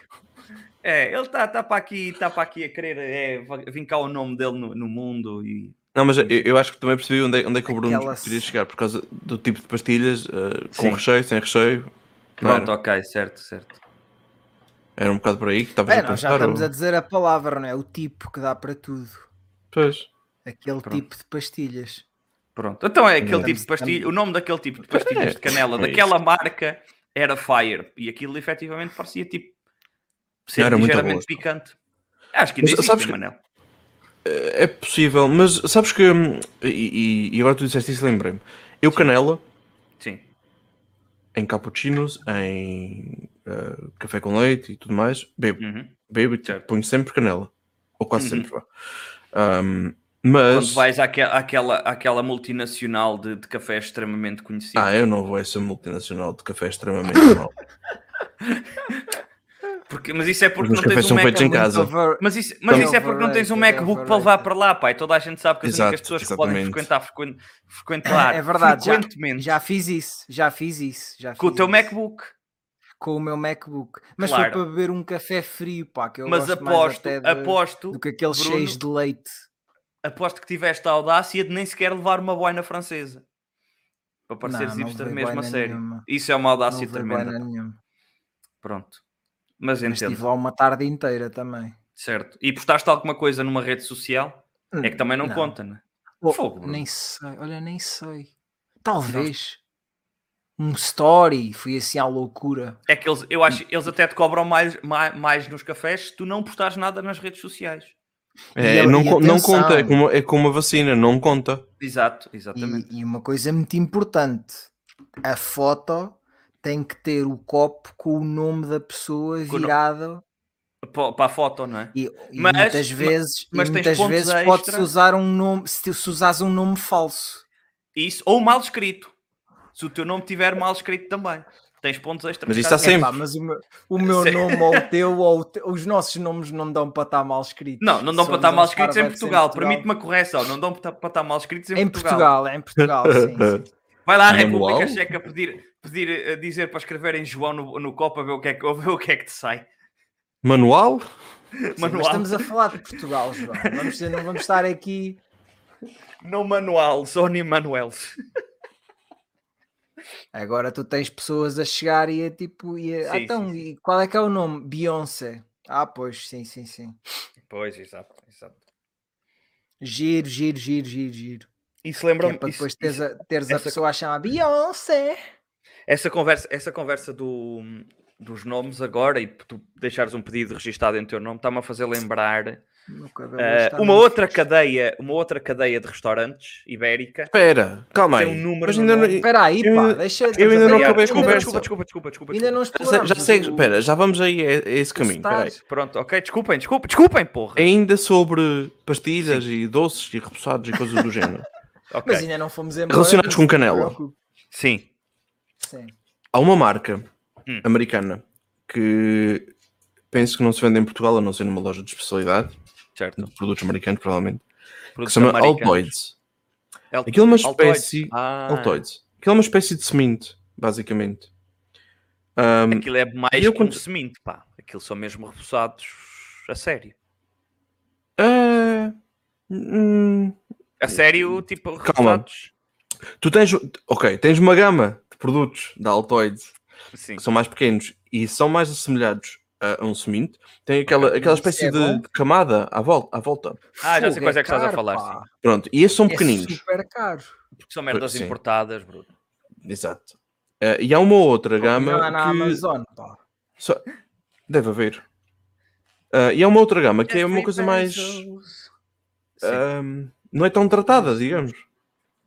[SPEAKER 6] É, ele está tá para aqui, tá para aqui a querer é, va- vincar o nome dele no, no mundo e
[SPEAKER 5] Não, mas eu, eu acho que também percebi onde é, onde é que o Bruno
[SPEAKER 2] Aquela
[SPEAKER 5] queria
[SPEAKER 2] se-
[SPEAKER 5] chegar, por causa do tipo de pastilhas, eh, com
[SPEAKER 6] Sim.
[SPEAKER 5] recheio, sem recheio. Não
[SPEAKER 6] pronto,
[SPEAKER 5] era?
[SPEAKER 6] ok, certo, certo.
[SPEAKER 5] Era um bocado por aí que estavas
[SPEAKER 2] É,
[SPEAKER 5] a
[SPEAKER 2] nós
[SPEAKER 5] pensar.
[SPEAKER 2] já estamos
[SPEAKER 5] ou-
[SPEAKER 2] a dizer a palavra, não é? O tipo que dá para tudo.
[SPEAKER 5] Pois.
[SPEAKER 2] Aquele
[SPEAKER 6] Pronto.
[SPEAKER 2] tipo de pastilhas.
[SPEAKER 6] Pronto. Então é aquele
[SPEAKER 5] Não.
[SPEAKER 6] tipo de pastilha, o nome daquele tipo de
[SPEAKER 2] Então
[SPEAKER 6] pastilhas de canela,
[SPEAKER 5] é
[SPEAKER 6] daquela marca era Fire e aquilo efetivamente parecia tipo ser
[SPEAKER 5] Era muito
[SPEAKER 6] ligeiramente
[SPEAKER 5] boa.
[SPEAKER 6] picante. Acho que
[SPEAKER 5] Mas
[SPEAKER 6] ainda existe,
[SPEAKER 5] sabes que-
[SPEAKER 6] Manel.
[SPEAKER 5] É possível, mas sabes que. hum, E, e- e agora tu disseste isso, lembrei-me. Eu, canela,
[SPEAKER 6] Sim.
[SPEAKER 5] em cappuccinos, em eh, café com leite e tudo mais, bebo,
[SPEAKER 6] Uhum.
[SPEAKER 5] bebo e
[SPEAKER 6] Certo.
[SPEAKER 5] ponho sempre canela. Ou quase
[SPEAKER 6] Uhum.
[SPEAKER 5] sempre, vá. Ahm, mas.
[SPEAKER 6] Quando vais àque- àquela, àquela multinacional de, de café extremamente
[SPEAKER 2] tipo-
[SPEAKER 6] conhecida.
[SPEAKER 5] Ah, eu não vou a essa multinacional de café extremamente
[SPEAKER 2] <coughs>
[SPEAKER 5] mal.
[SPEAKER 6] Porque, mas isso é porque
[SPEAKER 5] Os
[SPEAKER 6] não
[SPEAKER 5] cafés
[SPEAKER 6] tens um
[SPEAKER 5] são feitos em
[SPEAKER 6] Mac.
[SPEAKER 5] casa.
[SPEAKER 2] Over-
[SPEAKER 6] Mas isso, mas
[SPEAKER 2] Então-
[SPEAKER 6] isso é porque não tens um
[SPEAKER 2] Overrated,
[SPEAKER 6] MacBook para levar
[SPEAKER 2] overrated.
[SPEAKER 6] para lá, pai. Toda a gente sabe que as únicas
[SPEAKER 5] Exato,
[SPEAKER 6] pessoas que podem
[SPEAKER 5] exatamente.
[SPEAKER 6] frequentar, frequen- frequentar
[SPEAKER 2] É verdade, já-
[SPEAKER 6] frequentemente
[SPEAKER 2] Já fiz isso, já fiz isso. Já
[SPEAKER 6] com o
[SPEAKER 2] fiz
[SPEAKER 6] teu
[SPEAKER 2] isso.
[SPEAKER 6] MacBook.
[SPEAKER 2] Com o meu MacBook. Mas
[SPEAKER 6] Claro.
[SPEAKER 2] foi para beber um café frio, pá. Que eu
[SPEAKER 6] Mas
[SPEAKER 2] gosto mais
[SPEAKER 6] aposto,
[SPEAKER 2] até de-
[SPEAKER 6] aposto,
[SPEAKER 2] do que aqueles
[SPEAKER 6] Bruno.
[SPEAKER 2] cheios de leite.
[SPEAKER 6] aposto que tiveste a audácia de nem sequer levar uma boina francesa. Para pareceres
[SPEAKER 2] Não, não
[SPEAKER 6] hipster
[SPEAKER 2] levei
[SPEAKER 6] mesmo a
[SPEAKER 2] boina
[SPEAKER 6] sério.
[SPEAKER 2] nenhuma.
[SPEAKER 6] Isso é uma
[SPEAKER 2] não
[SPEAKER 6] audácia
[SPEAKER 2] levei
[SPEAKER 6] tremenda.
[SPEAKER 2] boina nenhuma.
[SPEAKER 6] Pronto.
[SPEAKER 2] Mas
[SPEAKER 6] Mas entendo.
[SPEAKER 2] estive lá uma tarde inteira também.
[SPEAKER 6] Certo. E postaste alguma coisa numa rede social? É que também não,
[SPEAKER 2] Hum, Não.
[SPEAKER 6] conta, né?
[SPEAKER 2] Oh,
[SPEAKER 6] Fogo, Bruno.
[SPEAKER 2] nem sei, olha, nem sei. Talvez. Um story, fui assim à loucura.
[SPEAKER 6] É que eles, eu
[SPEAKER 2] Hum.
[SPEAKER 6] acho, eles até te cobram mais, mais, mais nos cafés se tu não postares nada nas redes sociais.
[SPEAKER 5] É,
[SPEAKER 2] E eu-
[SPEAKER 5] não,
[SPEAKER 2] e
[SPEAKER 5] con- não
[SPEAKER 2] atenção.
[SPEAKER 5] conta, é como, é como uma vacina, não conta.
[SPEAKER 6] Exato,
[SPEAKER 2] E-
[SPEAKER 6] exatamente.
[SPEAKER 2] E, uma coisa muito importante: a foto tem que ter o copo com o nome da pessoa
[SPEAKER 6] Com o no-
[SPEAKER 2] virado.
[SPEAKER 6] Pa- Para a foto, não é?
[SPEAKER 2] E, e
[SPEAKER 6] Mas-
[SPEAKER 2] muitas
[SPEAKER 6] ma-
[SPEAKER 2] vezes, e
[SPEAKER 6] mas tens
[SPEAKER 2] muitas
[SPEAKER 6] pontos
[SPEAKER 2] vezes pode-se
[SPEAKER 6] extra?
[SPEAKER 2] usar um nome, se, se usares um nome falso.
[SPEAKER 6] Isso, ou mal escrito. Se o teu nome tiver mal escrito também. Tens pontos extra.
[SPEAKER 5] Mas
[SPEAKER 6] por
[SPEAKER 5] isso
[SPEAKER 6] causa
[SPEAKER 5] está Sempre.
[SPEAKER 6] disso.
[SPEAKER 2] Epá, É mas o meu, o
[SPEAKER 6] <laughs>
[SPEAKER 2] meu
[SPEAKER 6] Se-
[SPEAKER 2] nome ou o teu, ou o te- os nossos nomes não dão para estar mal escritos.
[SPEAKER 6] Não, não dão
[SPEAKER 2] Só
[SPEAKER 6] para estar
[SPEAKER 2] nos
[SPEAKER 6] mal
[SPEAKER 2] Starbucks
[SPEAKER 6] escritos em Portugal. Permite-me uma correção. Não dão para para estar mal escritos em,
[SPEAKER 2] Em Portugal, é em Portugal,
[SPEAKER 5] <laughs>
[SPEAKER 2] sim. sim.
[SPEAKER 5] Eh,
[SPEAKER 6] Vai lá à
[SPEAKER 5] Manual?
[SPEAKER 6] República Checa pedir, pedir, eh, dizer para escreverem João no, no copo a ver o que <laughs> é que, a ver o que, é que te sai.
[SPEAKER 5] Manual?
[SPEAKER 2] Sim, mas
[SPEAKER 6] Manual.
[SPEAKER 2] estamos a falar de Portugal, João. Vamos, ter- não vamos estar aqui.
[SPEAKER 6] Não manual, Sony Manuel.
[SPEAKER 2] Agora tu tens pessoas a chegar e a tipo. E a- ah,
[SPEAKER 6] Sim,
[SPEAKER 2] então,
[SPEAKER 6] sim,
[SPEAKER 2] e qual é que é o nome? Beyoncé. Ah, pois, sim, sim, sim.
[SPEAKER 6] Pois, exato. exato.
[SPEAKER 2] Giro, giro, giro, giro, giro.
[SPEAKER 6] Isso
[SPEAKER 2] Que é
[SPEAKER 6] lembra-me.
[SPEAKER 2] para
[SPEAKER 6] isso-
[SPEAKER 2] depois teres
[SPEAKER 6] isso-
[SPEAKER 2] a, teres a
[SPEAKER 6] essa-
[SPEAKER 2] pessoa a chamar Beyoncé.
[SPEAKER 6] Essa conversa, essa conversa do, dos nomes agora e tu deixares um pedido registado em teu nome está-me a fazer lembrar
[SPEAKER 2] Meu cabelo
[SPEAKER 6] eh,
[SPEAKER 2] está
[SPEAKER 6] uma
[SPEAKER 2] muito
[SPEAKER 6] outra
[SPEAKER 2] fresco.
[SPEAKER 6] cadeia, uma outra cadeia de restaurantes ibérica.
[SPEAKER 5] Espera, calma aí.
[SPEAKER 6] Tem um número
[SPEAKER 5] Mas
[SPEAKER 6] no
[SPEAKER 5] ainda
[SPEAKER 6] nome.
[SPEAKER 5] não-
[SPEAKER 2] Espera aí,
[SPEAKER 5] Eu
[SPEAKER 2] pá,
[SPEAKER 5] ainda-
[SPEAKER 2] deixa
[SPEAKER 5] eu ainda não
[SPEAKER 2] Ainda
[SPEAKER 5] acabei a
[SPEAKER 6] desculpa,
[SPEAKER 5] conversa.
[SPEAKER 6] desculpa, desculpa, desculpa, desculpa,
[SPEAKER 2] Ainda não
[SPEAKER 5] Já,
[SPEAKER 2] exploramos.
[SPEAKER 5] já sei,
[SPEAKER 2] o-
[SPEAKER 5] espera, já vamos aí a, a esse caminho. Espera aí.
[SPEAKER 2] sotaque.
[SPEAKER 6] Pronto, ok, desculpem, desculpem, desculpem, porra.
[SPEAKER 5] Ainda sobre pastilhas e doces e repousados e coisas do género. <laughs>
[SPEAKER 6] Ok,
[SPEAKER 2] Mas ainda não fomos embora.
[SPEAKER 5] Relacionados com
[SPEAKER 2] não se
[SPEAKER 5] canela.
[SPEAKER 2] preocupe.
[SPEAKER 6] Sim,
[SPEAKER 2] Sim.
[SPEAKER 5] Há uma marca
[SPEAKER 6] Hum.
[SPEAKER 5] americana que penso que não se vende em Portugal, a não ser numa loja de especialidade,
[SPEAKER 6] certo.
[SPEAKER 5] de produtos americanos, provavelmente, que
[SPEAKER 6] Produtos
[SPEAKER 5] se chama
[SPEAKER 6] americanos.
[SPEAKER 5] Altoids.
[SPEAKER 6] Al-
[SPEAKER 5] Aquilo é uma
[SPEAKER 6] Altoides.
[SPEAKER 5] espécie.
[SPEAKER 6] Ah,
[SPEAKER 5] Altoids. Aquilo é uma espécie de semente, basicamente. Ahm,
[SPEAKER 6] Aquilo é mais
[SPEAKER 5] E eu
[SPEAKER 6] que um
[SPEAKER 5] quando-
[SPEAKER 6] semente, pá. Aquilo são mesmo repousados a sério.
[SPEAKER 5] ah, hum,
[SPEAKER 6] A sério, tipo,
[SPEAKER 5] Calma.
[SPEAKER 6] repousados.
[SPEAKER 5] tu tens. Ok, tens uma gama de produtos da Altoids
[SPEAKER 6] Sim.
[SPEAKER 5] que são mais pequenos e são mais assemelhados a um semente, tem aquela, aquela
[SPEAKER 2] Isso é
[SPEAKER 5] espécie
[SPEAKER 2] bom.
[SPEAKER 5] de, de camada à volta, à volta.
[SPEAKER 6] Ah, já sei
[SPEAKER 2] Fogo,
[SPEAKER 6] quais é que estás a
[SPEAKER 2] caro,
[SPEAKER 6] falar,
[SPEAKER 2] pá.
[SPEAKER 5] Pronto, e esses são
[SPEAKER 2] É
[SPEAKER 5] Um pequeninos.
[SPEAKER 2] super caro.
[SPEAKER 6] Porque são merdas
[SPEAKER 5] Sim.
[SPEAKER 6] importadas, Bruno.
[SPEAKER 5] Exato. Eh, e há uma outra gama
[SPEAKER 2] Não é na
[SPEAKER 5] que
[SPEAKER 2] Amazon, pá.
[SPEAKER 5] só- deve haver. Eh, e há uma outra gama que é uma coisa mais. ahm, não é tão tratada, digamos.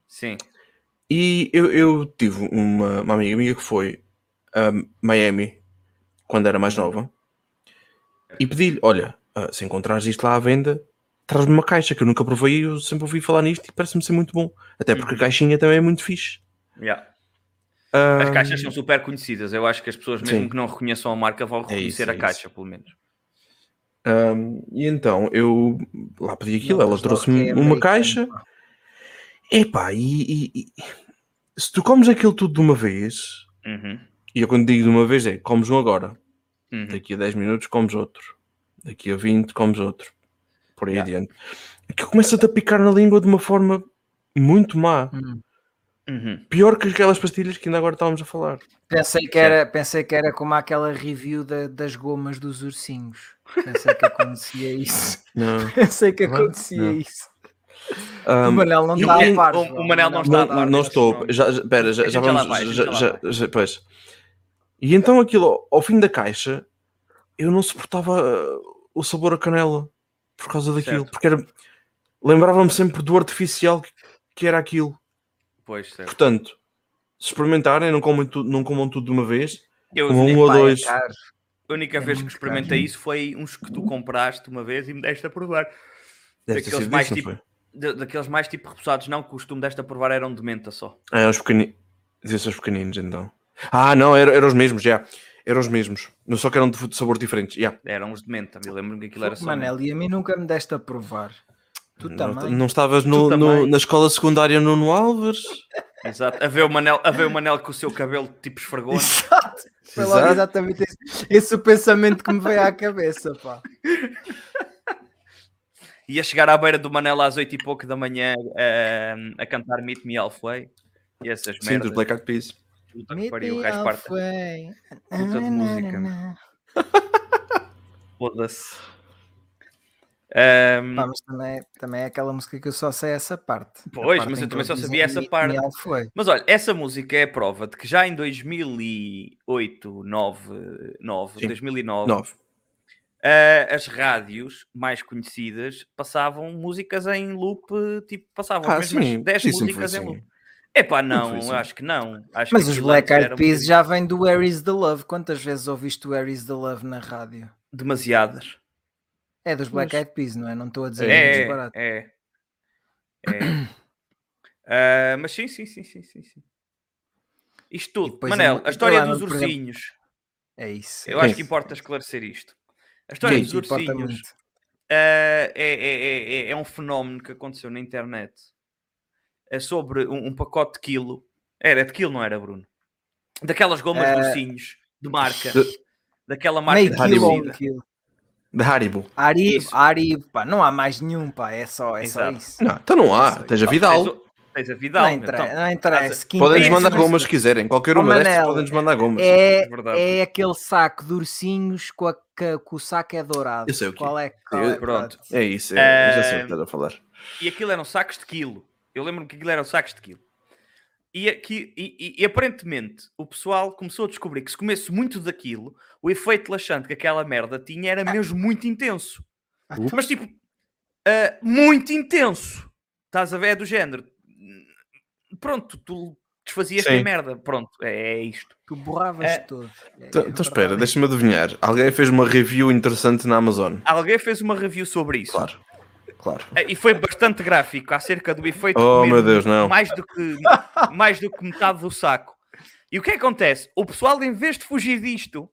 [SPEAKER 6] Sim.
[SPEAKER 5] E eu, eu tive uma, uma amiga minha que foi a Miami quando era mais nova e pedi-lhe: Olha, ah, se encontrares isto lá à venda, traz-me uma caixa que eu nunca provei e eu sempre ouvi falar nisto e parece-me ser muito bom. Até
[SPEAKER 2] Uhum.
[SPEAKER 5] porque a caixinha também é muito fixe.
[SPEAKER 6] Yeah.
[SPEAKER 5] Ah,
[SPEAKER 6] As caixas são super conhecidas. Eu acho que as pessoas, mesmo
[SPEAKER 5] Sim.
[SPEAKER 6] que não reconheçam a marca, vão reconhecer
[SPEAKER 5] isso, é
[SPEAKER 6] a
[SPEAKER 5] isso.
[SPEAKER 6] caixa, pelo menos.
[SPEAKER 5] Ahm, e então eu lá pedi aquilo,
[SPEAKER 2] Não,
[SPEAKER 5] ela
[SPEAKER 2] mas não,
[SPEAKER 5] trouxe-me
[SPEAKER 2] é
[SPEAKER 5] uma
[SPEAKER 2] americano,
[SPEAKER 5] caixa.
[SPEAKER 2] pá.
[SPEAKER 5] Epá, e, e- e- se tu comes aquilo tudo de uma vez,
[SPEAKER 6] Uhum.
[SPEAKER 5] e eu quando digo de uma vez é comes um agora,
[SPEAKER 6] Uhum.
[SPEAKER 5] daqui a 10 minutos comes outro, daqui a 20 comes outro, por aí
[SPEAKER 6] Ya.
[SPEAKER 5] adiante. Aquilo começa-te a picar na língua de uma forma muito má,
[SPEAKER 2] Hum.
[SPEAKER 6] Uhum.
[SPEAKER 5] pior que aquelas pastilhas que ainda agora estávamos a falar.
[SPEAKER 2] Pensei que, era, pensei que era como aquela review da- das gomas dos ursinhos. Pensei que acontecia
[SPEAKER 5] <laughs>
[SPEAKER 2] isso.
[SPEAKER 5] Não.
[SPEAKER 2] Pensei que
[SPEAKER 5] Não,
[SPEAKER 2] acontecia
[SPEAKER 5] não.
[SPEAKER 2] isso. o
[SPEAKER 5] Ahm,
[SPEAKER 2] Manel não
[SPEAKER 5] e
[SPEAKER 2] está
[SPEAKER 5] o-
[SPEAKER 2] a par.
[SPEAKER 6] o-
[SPEAKER 2] João,
[SPEAKER 6] o Manel não está a
[SPEAKER 5] Não,
[SPEAKER 6] dar
[SPEAKER 5] não, não
[SPEAKER 6] desse
[SPEAKER 5] estou.
[SPEAKER 6] nome.
[SPEAKER 5] Já, já- pera, já,
[SPEAKER 6] A
[SPEAKER 5] já
[SPEAKER 6] gente já lá
[SPEAKER 5] vamos.
[SPEAKER 6] vai, a gente
[SPEAKER 5] já,
[SPEAKER 6] já lá
[SPEAKER 5] já-
[SPEAKER 6] vai.
[SPEAKER 5] já- pois. E então aquilo, ao- ao fim da caixa, eu não suportava uh, o sabor a canela por causa daquilo,
[SPEAKER 6] Certo.
[SPEAKER 5] porque era. Lembrava-me sempre do artificial que, que era aquilo.
[SPEAKER 6] Pois, certo.
[SPEAKER 5] Portanto, se experimentarem, não comam tudo, não comam tudo de uma vez,
[SPEAKER 6] Eu,
[SPEAKER 5] comam um
[SPEAKER 6] a
[SPEAKER 5] ou
[SPEAKER 2] Pá, é
[SPEAKER 5] dois.
[SPEAKER 2] caro.
[SPEAKER 6] única
[SPEAKER 2] é
[SPEAKER 6] vez que
[SPEAKER 2] muito
[SPEAKER 6] experimentei isso foi uns que tu compraste uma vez e me deste a provar.
[SPEAKER 5] Deve ter
[SPEAKER 6] daqueles
[SPEAKER 5] sido
[SPEAKER 6] mais
[SPEAKER 5] isso, não
[SPEAKER 6] tipo-
[SPEAKER 5] foi?
[SPEAKER 6] Da- daqueles mais tipo repousados, não, que o costume deste a provar eram de menta só.
[SPEAKER 5] Ah, eram os pequeninos. Esses aos pequeninos, então. Ah, não, eram era os mesmos, já. Eram os mesmos. Não só que eram de fu- de sabor diferente, já.
[SPEAKER 6] Eram os de menta. Eu lembro-me que aquilo
[SPEAKER 2] Fogo,
[SPEAKER 6] era só. menta.
[SPEAKER 2] Manel, e a mim nunca me deste a provar. Tu
[SPEAKER 5] Não,
[SPEAKER 2] também.
[SPEAKER 5] não estavas no-
[SPEAKER 6] Tu
[SPEAKER 5] no-
[SPEAKER 6] também.
[SPEAKER 5] na escola secundária Nuno Alves?
[SPEAKER 6] Exato. A ver o Manel, a ver o Manel com o seu cabelo tipo
[SPEAKER 2] <laughs>
[SPEAKER 6] esfregou.
[SPEAKER 2] Exato. Foi logo
[SPEAKER 5] Exato.
[SPEAKER 2] exatamente esse, esse o pensamento que me veio à cabeça, pá.
[SPEAKER 6] Ia chegar à beira do Manel às oito e pouco da manhã eh, a cantar Meet Me Halfway. E essas
[SPEAKER 5] Sim, dos
[SPEAKER 6] merdas.
[SPEAKER 5] Black Eyed Peas.
[SPEAKER 6] Puta que pariu, o gajo parte. Puta de música, meu. Foda-se. Ahm,
[SPEAKER 2] Pá, mas também, também é aquela música que eu só sei essa parte. A
[SPEAKER 6] Pois,
[SPEAKER 2] parte
[SPEAKER 6] mas eu
[SPEAKER 2] em que
[SPEAKER 6] também
[SPEAKER 2] eles
[SPEAKER 6] só
[SPEAKER 2] dizem
[SPEAKER 6] sabia essa
[SPEAKER 2] Mi-
[SPEAKER 6] parte.
[SPEAKER 2] Miel foi.
[SPEAKER 6] mas olha, essa música é a prova de que já em 2008, 9, 9
[SPEAKER 5] Sim.
[SPEAKER 6] 2009,
[SPEAKER 5] Nove.
[SPEAKER 6] ah, as rádios mais conhecidas passavam músicas em loop, tipo, passavam
[SPEAKER 5] Ah,
[SPEAKER 6] as mesmas
[SPEAKER 5] sim.
[SPEAKER 6] 10
[SPEAKER 5] isso
[SPEAKER 6] músicas
[SPEAKER 5] foi
[SPEAKER 6] em loop.
[SPEAKER 5] assim. foi
[SPEAKER 6] Epá,
[SPEAKER 5] assim.
[SPEAKER 6] não, acho que não. Acho
[SPEAKER 2] Mas os
[SPEAKER 6] que aquilo
[SPEAKER 2] Black
[SPEAKER 6] antes era
[SPEAKER 2] Eyed
[SPEAKER 6] um
[SPEAKER 2] Peas
[SPEAKER 6] bocadinho-
[SPEAKER 2] já vêm do Where is the Love. Quantas vezes ouviste o Where is the Love na rádio?
[SPEAKER 6] demasiadas.
[SPEAKER 2] É dos Black Eyed Peas, não é? Não estou a dizer nenhum
[SPEAKER 6] É,
[SPEAKER 2] disparate.
[SPEAKER 6] é.
[SPEAKER 2] <coughs>
[SPEAKER 6] é. Ah, mas sim, sim, sim, sim, sim, sim. Isto
[SPEAKER 2] E
[SPEAKER 6] tudo.
[SPEAKER 2] depois
[SPEAKER 6] Manel,
[SPEAKER 2] ainda-
[SPEAKER 6] a história
[SPEAKER 2] lá
[SPEAKER 6] dos
[SPEAKER 2] no programa-
[SPEAKER 6] ursinhos.
[SPEAKER 2] É isso.
[SPEAKER 6] Eu
[SPEAKER 5] Sim.
[SPEAKER 6] acho que importa esclarecer isto. A história
[SPEAKER 5] Sim,
[SPEAKER 6] dos
[SPEAKER 2] Isso importa
[SPEAKER 6] ursinhos
[SPEAKER 2] muito.
[SPEAKER 6] ah, é, é- é- é- é um fenómeno que aconteceu na internet. É sobre um, um pacote de quilo. Era de quilo, não era, Bruno? Daquelas gomas de
[SPEAKER 2] Ah,
[SPEAKER 6] ursinhos de marca.
[SPEAKER 5] de-
[SPEAKER 6] Daquela marca
[SPEAKER 2] Meio quilo ou um
[SPEAKER 6] conhecida.
[SPEAKER 2] quilo.
[SPEAKER 5] Da Haribo.
[SPEAKER 2] Aribo,
[SPEAKER 6] Isso.
[SPEAKER 2] Aribo, pá. Não há mais nenhum, pá. É só, é só
[SPEAKER 6] Exato.
[SPEAKER 2] isso.
[SPEAKER 5] Não, então não há.
[SPEAKER 2] Sei.
[SPEAKER 5] Tens um- a
[SPEAKER 6] Tens,
[SPEAKER 5] Vidal.
[SPEAKER 6] o- tens a Vidal.
[SPEAKER 2] Não,
[SPEAKER 6] meu,
[SPEAKER 2] interessa.
[SPEAKER 6] então.
[SPEAKER 2] não interessa. que
[SPEAKER 5] Podem-nos
[SPEAKER 2] interessa
[SPEAKER 5] mandar
[SPEAKER 2] não é
[SPEAKER 5] gomas se quiserem. Qualquer
[SPEAKER 2] Oh,
[SPEAKER 5] uma destas
[SPEAKER 2] Manel,
[SPEAKER 5] podem-nos mandar gomas.
[SPEAKER 2] É,
[SPEAKER 6] É verdade.
[SPEAKER 2] é aquele saco de ursinhos com a, ca- que o saco é dourado.
[SPEAKER 5] Eu sei o que
[SPEAKER 2] Qual é? Qual
[SPEAKER 5] Eu-
[SPEAKER 2] é?
[SPEAKER 6] pronto.
[SPEAKER 5] É isso. É, eu já sei o
[SPEAKER 6] Eh,
[SPEAKER 5] que estás a falar.
[SPEAKER 6] E aquilo eram sacos de quilo. Eu lembro-me que aquilo eram sacos de quilo. E, aqui, e, e- e aparentemente o pessoal começou a descobrir que se comesse muito daquilo, o efeito laxante que aquela merda tinha era mesmo muito intenso. Mas tipo, ah, muito intenso. Estás a ver? É do género. Pronto, tu desfazias a
[SPEAKER 5] Sim.
[SPEAKER 6] merda. Pronto, é, é isto.
[SPEAKER 2] Tu borravas
[SPEAKER 6] É.
[SPEAKER 2] todo.
[SPEAKER 5] Então então espera, deixa-me adivinhar. Alguém fez uma review interessante na Amazon.
[SPEAKER 6] Alguém fez uma review sobre isso.
[SPEAKER 5] Claro. Claro.
[SPEAKER 6] Ah, E foi bastante gráfico acerca do efeito de
[SPEAKER 5] Oh,
[SPEAKER 6] comer
[SPEAKER 5] meu Deus, não.
[SPEAKER 6] mais do que mais do que metade do saco. E o que é que acontece? O pessoal, em vez de fugir disto,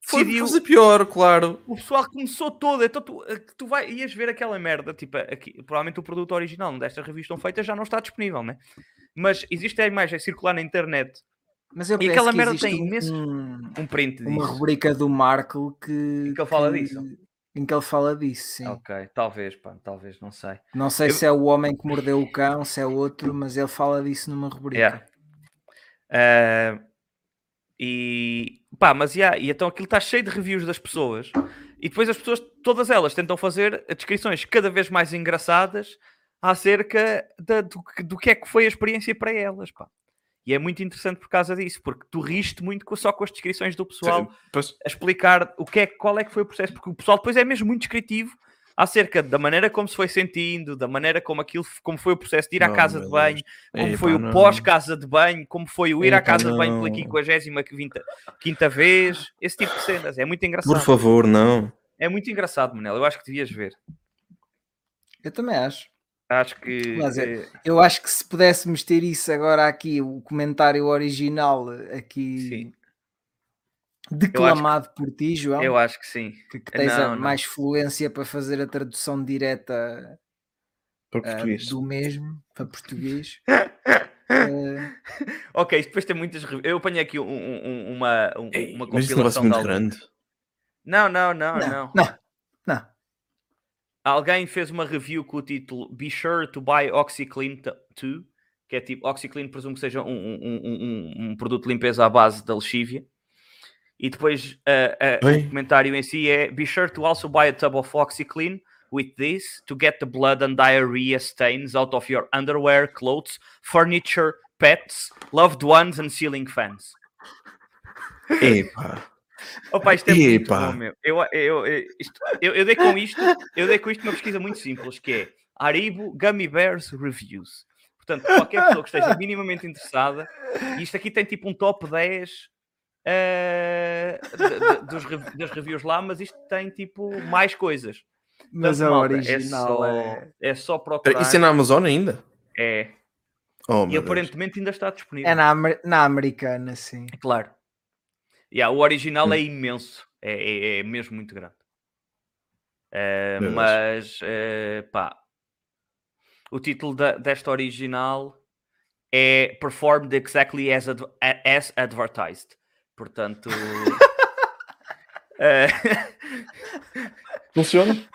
[SPEAKER 5] Foi
[SPEAKER 6] decidiu-
[SPEAKER 5] fazer pior, claro.
[SPEAKER 6] o pessoal começou todo. Então tu, eh, tu vai, ias ver aquela merda, tipo, aqui, provavelmente o produto original destas revistas estão feitas já não está disponível, né? Mas existe a imagem a circular na internet,
[SPEAKER 2] Mas eu
[SPEAKER 6] E
[SPEAKER 2] parece
[SPEAKER 6] aquela
[SPEAKER 2] que
[SPEAKER 6] merda
[SPEAKER 2] existe
[SPEAKER 6] tem
[SPEAKER 2] um-
[SPEAKER 6] imensos-
[SPEAKER 2] um-
[SPEAKER 6] um print
[SPEAKER 2] uma
[SPEAKER 6] disso.
[SPEAKER 2] rubrica do Markle que.
[SPEAKER 6] Em que ele fala disso?
[SPEAKER 2] Em que ele fala disso, sim.
[SPEAKER 6] Ok, talvez, pá, talvez, não sei.
[SPEAKER 2] Não sei
[SPEAKER 6] Eu-
[SPEAKER 2] se é o homem que mordeu o cão, se é outro, mas ele fala disso numa rubrica.
[SPEAKER 6] Yeah. Ah, e pá, mas yeah, e então aquilo está cheio de reviews das pessoas e depois as pessoas, todas elas, tentam fazer descrições cada vez mais engraçadas acerca da- do, que- do que é que foi a experiência para elas, pá. E é muito interessante por causa disso, porque tu riste muito com- só com as descrições do pessoal
[SPEAKER 5] Pois,
[SPEAKER 6] a explicar o que é, qual é que foi o processo, porque o pessoal depois é mesmo muito descritivo acerca da maneira como se foi sentindo, da maneira como aquilo, como foi o processo de ir à
[SPEAKER 5] Não,
[SPEAKER 6] casa
[SPEAKER 5] meu
[SPEAKER 6] de banho,
[SPEAKER 5] Deus.
[SPEAKER 6] como
[SPEAKER 5] Epá,
[SPEAKER 6] foi
[SPEAKER 5] não.
[SPEAKER 6] o pós-casa de banho, como foi o ir à
[SPEAKER 5] Epá,
[SPEAKER 6] casa de banho pela
[SPEAKER 5] não.
[SPEAKER 6] 55 quinta vez, esse tipo de cenas. É muito engraçado.
[SPEAKER 5] Por favor, não.
[SPEAKER 6] É muito engraçado, Manel. Eu acho que devias ver.
[SPEAKER 2] Eu também acho.
[SPEAKER 6] Acho que.
[SPEAKER 2] Mas é-
[SPEAKER 6] eh,
[SPEAKER 2] Eu acho que se pudéssemos ter isso agora aqui, o comentário original aqui
[SPEAKER 6] Sim.
[SPEAKER 2] declamado por ti, João,
[SPEAKER 6] Eu acho que sim.
[SPEAKER 2] que, que tens a
[SPEAKER 6] Não, não.
[SPEAKER 2] mais fluência para fazer a tradução direta
[SPEAKER 4] Para
[SPEAKER 2] ah,
[SPEAKER 4] português.
[SPEAKER 2] do mesmo para português. Ah,
[SPEAKER 6] Ok, isto depois tem muitas. rev- Eu apanhei aqui um- um- um- uma, um-
[SPEAKER 5] Ei,
[SPEAKER 6] uma
[SPEAKER 5] mas isso não vai ser
[SPEAKER 6] compilação de
[SPEAKER 5] muito
[SPEAKER 6] algum-
[SPEAKER 5] grande.
[SPEAKER 6] Não, não, não, Ah, não,
[SPEAKER 2] não, não, não.
[SPEAKER 6] Alguém fez uma review com o título Be sure to buy OxyClean 2, que é tipo OxyClean, presumo que seja um, um- um- um- um produto de limpeza à base da lexívia. E depois ah, ah,
[SPEAKER 5] Bem.
[SPEAKER 6] o comentário em si é Be sure to also buy a tub of OxyClean with this to get the blood and diarrhea stains out of your underwear, clothes, furniture, pets, loved ones and ceiling fans.
[SPEAKER 5] Epá.
[SPEAKER 6] Opa, isto é muito
[SPEAKER 5] Epa.
[SPEAKER 6] bom, meu. Eu, eu, eu, isto- eu, eu dei com isto, eu dei com isto uma pesquisa muito simples, que é Aribo Gummy Bears Reviews. Portanto, qualquer pessoa que esteja minimamente interessada, e isto aqui tem tipo um top 10 eh, de- de- dos, re- das reviews lá, mas isto tem tipo mais coisas.
[SPEAKER 2] Mas
[SPEAKER 6] Portanto,
[SPEAKER 2] a
[SPEAKER 5] é
[SPEAKER 6] malta,
[SPEAKER 2] original
[SPEAKER 6] é só,
[SPEAKER 2] é,
[SPEAKER 6] é só
[SPEAKER 5] Espera,
[SPEAKER 6] procurar.
[SPEAKER 5] Isso é na Amazon ainda?
[SPEAKER 6] É.
[SPEAKER 5] Oh,
[SPEAKER 6] E
[SPEAKER 5] meu Deus.
[SPEAKER 6] aparentemente ainda está disponível.
[SPEAKER 2] é na, amer- na americana, sim.
[SPEAKER 6] Claro. Yeah, o original é imenso. É, é- é mesmo muito grande. Eh,
[SPEAKER 5] Meu Deus.
[SPEAKER 6] mas, eh, pá. O título da- desta original é Performed Exactly as, Adv- a- as Advertised. Portanto. eh, <laughs>
[SPEAKER 4] Funciona?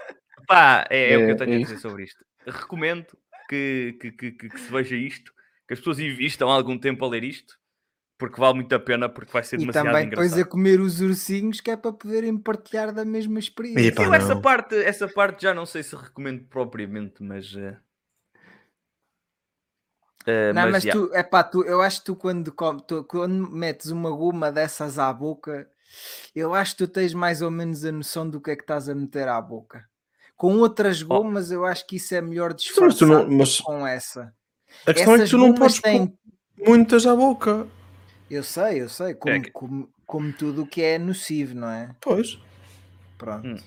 [SPEAKER 6] pá, é, é o que
[SPEAKER 4] É-
[SPEAKER 6] eu tenho
[SPEAKER 4] é
[SPEAKER 6] a dizer sobre isto. Recomendo que, que- que- que- que se veja isto, que as pessoas invistam algum tempo a ler isto, porque vale muito a pena, porque vai ser
[SPEAKER 2] E
[SPEAKER 6] demasiado
[SPEAKER 2] também é,
[SPEAKER 6] engraçado.
[SPEAKER 2] depois a comer os ursinhos que é para poderem partilhar da mesma experiência.
[SPEAKER 5] Epá,
[SPEAKER 6] Eu essa
[SPEAKER 5] não.
[SPEAKER 6] parte, essa parte já não sei se recomendo propriamente, mas. eh, eh,
[SPEAKER 2] Não, mas,
[SPEAKER 6] yeah.
[SPEAKER 2] tu, é pá, tu, eu acho que tu quando, com- tu- quando metes uma goma dessas à boca, eu acho que tu tens mais ou menos a noção do que é que estás a meter à boca. Com outras gomas, eu acho que isso é melhor
[SPEAKER 5] Oh. Mas tu não-
[SPEAKER 2] disfarçar
[SPEAKER 5] mas
[SPEAKER 2] com essa.
[SPEAKER 5] a questão é que
[SPEAKER 2] Essas
[SPEAKER 5] tu não
[SPEAKER 2] gomas
[SPEAKER 5] podes
[SPEAKER 2] têm-
[SPEAKER 5] pôr muitas à boca.
[SPEAKER 2] Eu sei, eu sei, como,
[SPEAKER 6] que-
[SPEAKER 2] como, como tudo o que é nocivo, não é?
[SPEAKER 5] Pois.
[SPEAKER 2] Pronto.
[SPEAKER 6] Hum.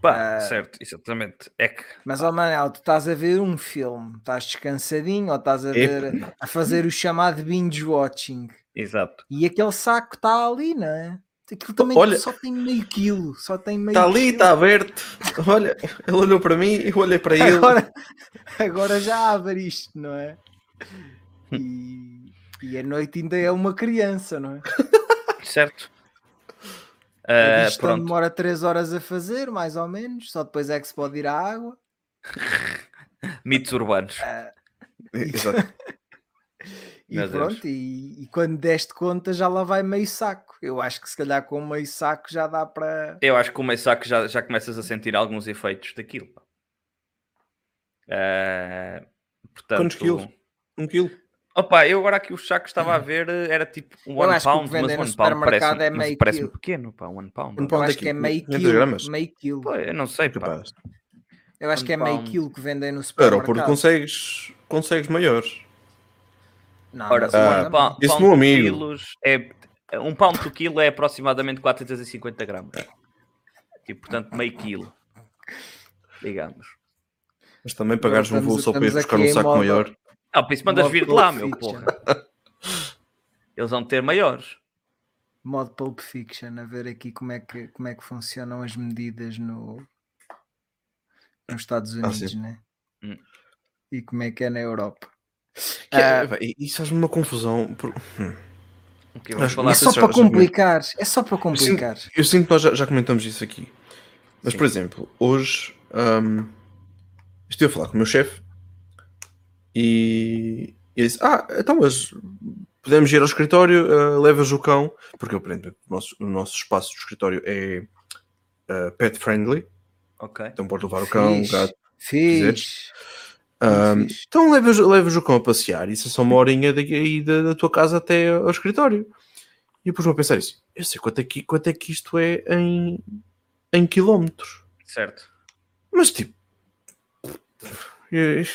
[SPEAKER 6] Pá,
[SPEAKER 2] ah,
[SPEAKER 6] certo, exatamente. É que.
[SPEAKER 2] Mas, ó Manel, tu estás a ver um filme, estás descansadinho ou estás a, ver, a fazer o chamado binge watching.
[SPEAKER 6] Exato.
[SPEAKER 2] E aquele saco está ali, não é? Aquilo também
[SPEAKER 5] Olha-
[SPEAKER 2] só tem meio quilo, só tem meio
[SPEAKER 5] Está ali,
[SPEAKER 2] quilo.
[SPEAKER 5] está aberto. Olha, ele olhou para mim, eu olhei para ele.
[SPEAKER 2] Agora, agora já abre isto, não é? E, e a noite ainda é uma criança, não é? <laughs>
[SPEAKER 6] Certo.
[SPEAKER 2] A
[SPEAKER 6] Ah,
[SPEAKER 2] digestão
[SPEAKER 6] pronto.
[SPEAKER 2] demora 3 horas a fazer, mais ou menos, só depois é que se pode ir à água.
[SPEAKER 6] Mitos urbanos.
[SPEAKER 2] Ah.
[SPEAKER 5] Exato.
[SPEAKER 2] E
[SPEAKER 6] Meu Deus.
[SPEAKER 2] pronto, e, e quando deste conta já lá vai meio saco. Eu acho que se calhar com meio saco já dá para.
[SPEAKER 6] Eu acho que começar que já, já começas a sentir alguns efeitos daquilo. pá. Ah, portanto,
[SPEAKER 5] quilos? Um quilo.
[SPEAKER 6] Opa, eu agora aqui o chá que estava a ver eh, era tipo um
[SPEAKER 2] Uhum. Eu
[SPEAKER 6] one
[SPEAKER 2] acho que o que
[SPEAKER 6] pound, mas
[SPEAKER 2] vendem
[SPEAKER 6] um
[SPEAKER 2] no
[SPEAKER 6] one pound
[SPEAKER 2] supermercado
[SPEAKER 6] parece,
[SPEAKER 2] é
[SPEAKER 6] mas
[SPEAKER 2] meio
[SPEAKER 6] parece-me
[SPEAKER 2] quilo.
[SPEAKER 6] pequeno, pá, um one pound.
[SPEAKER 5] One
[SPEAKER 2] Eu
[SPEAKER 5] pound
[SPEAKER 2] acho
[SPEAKER 5] é
[SPEAKER 2] que é
[SPEAKER 5] quilo.
[SPEAKER 2] meio
[SPEAKER 5] 500
[SPEAKER 2] quilo.
[SPEAKER 5] gramas.
[SPEAKER 2] Meio quilo.
[SPEAKER 6] Pô, eu não sei, pá.
[SPEAKER 5] Capaz.
[SPEAKER 2] Eu acho que é
[SPEAKER 6] Quando
[SPEAKER 2] meio
[SPEAKER 6] pão-
[SPEAKER 2] quilo que vendem no
[SPEAKER 5] Aeroporto
[SPEAKER 2] supermercado.
[SPEAKER 5] consegues, consegues maiores.
[SPEAKER 2] Não,
[SPEAKER 6] Ora,
[SPEAKER 2] mas
[SPEAKER 5] Ah,
[SPEAKER 2] eu
[SPEAKER 6] um
[SPEAKER 2] não-
[SPEAKER 6] pound,
[SPEAKER 5] esse
[SPEAKER 6] pound
[SPEAKER 5] meu
[SPEAKER 6] de
[SPEAKER 5] amigo.
[SPEAKER 6] quilos é um pound por quilo é aproximadamente 450 gramas. E portanto meio quilo. Digamos.
[SPEAKER 5] Mas também pagares um
[SPEAKER 2] estamos-
[SPEAKER 5] voo só para ir
[SPEAKER 2] estamos
[SPEAKER 5] buscar
[SPEAKER 2] aqui
[SPEAKER 5] um
[SPEAKER 2] em
[SPEAKER 5] saco
[SPEAKER 2] modo-
[SPEAKER 5] maior.
[SPEAKER 6] Ah, por isso mandas
[SPEAKER 2] Modo
[SPEAKER 6] vir de lá,
[SPEAKER 2] Pulp
[SPEAKER 6] meu
[SPEAKER 2] Fiction.
[SPEAKER 6] porra. Eles vão ter maiores.
[SPEAKER 2] Modo Pulp Fiction, a ver aqui como é que, como é que funcionam as medidas no, nos Estados
[SPEAKER 5] Ah,
[SPEAKER 2] Unidos,
[SPEAKER 5] sim.
[SPEAKER 2] né?
[SPEAKER 6] Hum.
[SPEAKER 2] E como é que é na Europa.
[SPEAKER 5] Que
[SPEAKER 2] Ah.
[SPEAKER 5] é- vai, isso faz-me uma confusão. por-
[SPEAKER 6] Ok, vamos
[SPEAKER 5] Mas-
[SPEAKER 6] falar
[SPEAKER 2] É
[SPEAKER 5] mas
[SPEAKER 6] de-
[SPEAKER 2] só
[SPEAKER 5] se-
[SPEAKER 2] para
[SPEAKER 5] se-
[SPEAKER 2] complicar, é só para complicar.
[SPEAKER 5] Eu sinto que nós já, já comentamos isso aqui. Mas, por exemplo, hoje ahm, estive a falar com o meu chefe e ele disse: Ah, então, mas podemos ir ao escritório, ah, levas o cão, porque eu aprendo que o nosso, o nosso espaço de escritório é ah, pet friendly,
[SPEAKER 6] Ok.
[SPEAKER 5] então pode levar o cão, o
[SPEAKER 2] Fixe.
[SPEAKER 5] gato.
[SPEAKER 2] Fiz.
[SPEAKER 5] Ah,
[SPEAKER 2] Muito fixe.
[SPEAKER 5] então levas, levas o cão a passear, isso é só uma horinha daqui, da, da tua casa até ao escritório. E depois vou pensar isso, eu sei quanto é que, quanto é que isto é em, em quilómetros.
[SPEAKER 6] Certo.
[SPEAKER 5] Mas tipo, eh, eles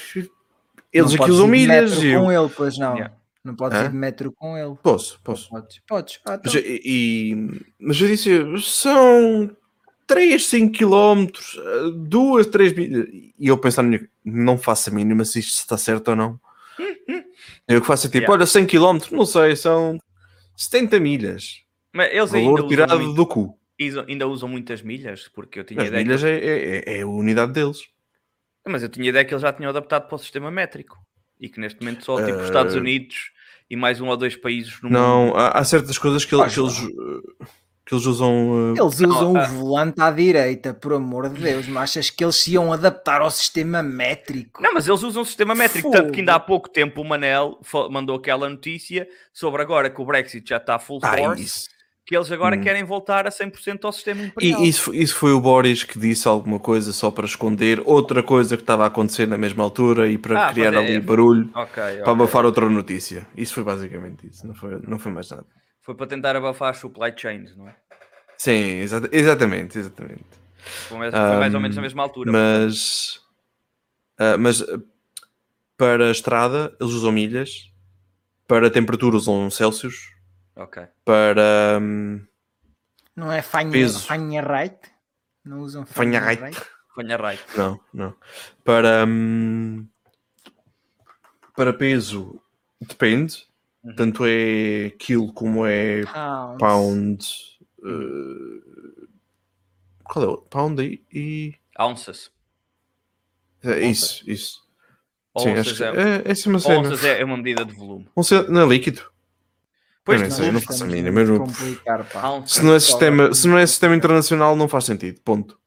[SPEAKER 2] Não
[SPEAKER 5] aqui
[SPEAKER 2] podes
[SPEAKER 5] usam
[SPEAKER 2] ir de
[SPEAKER 5] milhas
[SPEAKER 2] metro
[SPEAKER 5] e eu
[SPEAKER 2] com ele, pois não.
[SPEAKER 6] Yeah.
[SPEAKER 2] Não podes
[SPEAKER 5] Hã?
[SPEAKER 2] ir de metro com ele.
[SPEAKER 5] posso, posso.
[SPEAKER 2] Podes. Podes. Ah,
[SPEAKER 5] Mas,
[SPEAKER 2] então.
[SPEAKER 5] e- e- mas eu disse, são 3, 5 quilómetros, 2, 3 milhas. E eu pensar, na minha- não faço a mínima se isto está certo ou
[SPEAKER 6] <laughs>
[SPEAKER 5] não. Eu que faço é tipo,
[SPEAKER 6] Yeah.
[SPEAKER 5] olha, 100 quilómetros, não sei, são 70 milhas.
[SPEAKER 6] Mas eles ainda
[SPEAKER 5] Valor
[SPEAKER 6] usam,
[SPEAKER 5] tirado
[SPEAKER 6] muito-
[SPEAKER 5] do cu.
[SPEAKER 6] isam- ainda usam muitas milhas, porque eu tinha
[SPEAKER 5] As
[SPEAKER 6] ideia. que-
[SPEAKER 5] milhas é, é- é- é a unidade deles.
[SPEAKER 6] Mas eu tinha ideia que eles já tinham adaptado para o sistema métrico. E que neste momento só tipo os Estados
[SPEAKER 5] Eh,
[SPEAKER 6] Unidos e mais um ou dois países no mundo.
[SPEAKER 5] Não, há, há certas coisas que, ele-
[SPEAKER 2] Pois
[SPEAKER 5] que eles, eh, que eles usam. eh,
[SPEAKER 2] Eles usam
[SPEAKER 6] ah.
[SPEAKER 2] o volante à direita, por amor de Deus, mas achas que eles se iam adaptar ao sistema métrico?
[SPEAKER 6] Não, mas eles usam um sistema métrico, tanto que ainda há
[SPEAKER 2] Fogo.
[SPEAKER 6] pouco tempo o Manel fa- mandou aquela notícia sobre agora que o Brexit já está full
[SPEAKER 5] ah,
[SPEAKER 6] force,
[SPEAKER 5] isso.
[SPEAKER 6] que eles agora
[SPEAKER 5] Hum.
[SPEAKER 6] querem voltar a 100% ao sistema imperial.
[SPEAKER 5] E isso, isso foi o Boris que disse alguma coisa só para esconder outra coisa que estava a acontecer na mesma altura e para
[SPEAKER 6] Ah,
[SPEAKER 5] criar
[SPEAKER 6] pois é,
[SPEAKER 5] ali
[SPEAKER 6] é.
[SPEAKER 5] barulho
[SPEAKER 6] Ok,
[SPEAKER 5] para
[SPEAKER 6] ok.
[SPEAKER 5] abafar outra notícia. Isso foi basicamente isso, não foi, não foi mais nada.
[SPEAKER 6] Foi para tentar abafar as supply chains, não é?
[SPEAKER 5] Sim, exa- exatamente, exatamente.
[SPEAKER 6] Foi mais, foi mais ou menos na
[SPEAKER 5] Ahm,
[SPEAKER 6] mesma altura.
[SPEAKER 5] Mas, ah, mas ah, para a estrada eles usam milhas, para a temperatura usam Celsius,
[SPEAKER 6] Ok.
[SPEAKER 5] para hum,
[SPEAKER 2] Não é fanha,
[SPEAKER 5] Pesos.
[SPEAKER 2] fanha right? Não usam
[SPEAKER 5] Fanha right.
[SPEAKER 6] Fanha right.
[SPEAKER 5] Não, não. Para, hum, para peso, depende.
[SPEAKER 6] Uhum.
[SPEAKER 5] Tanto é quilo como é
[SPEAKER 2] Pounds.
[SPEAKER 5] pound. eh, qual é o pound e. e-
[SPEAKER 6] Ounces.
[SPEAKER 5] é isso, isso. Sim, acho
[SPEAKER 6] Ounces,
[SPEAKER 5] que
[SPEAKER 6] é,
[SPEAKER 5] é, é assim uma cena.
[SPEAKER 6] ounces é- é uma medida de volume.
[SPEAKER 5] Um cena- Não é líquido.
[SPEAKER 6] Pois
[SPEAKER 5] nem
[SPEAKER 6] de
[SPEAKER 5] sei,
[SPEAKER 6] volume,
[SPEAKER 5] não
[SPEAKER 2] Estamos um
[SPEAKER 5] faço a
[SPEAKER 2] muito
[SPEAKER 5] mínima, eu não-
[SPEAKER 2] complicar, pá.
[SPEAKER 6] ounces.
[SPEAKER 5] Se não, é
[SPEAKER 2] Só-
[SPEAKER 5] sistema, se não é sistema internacional, não faz sentido. Ponto.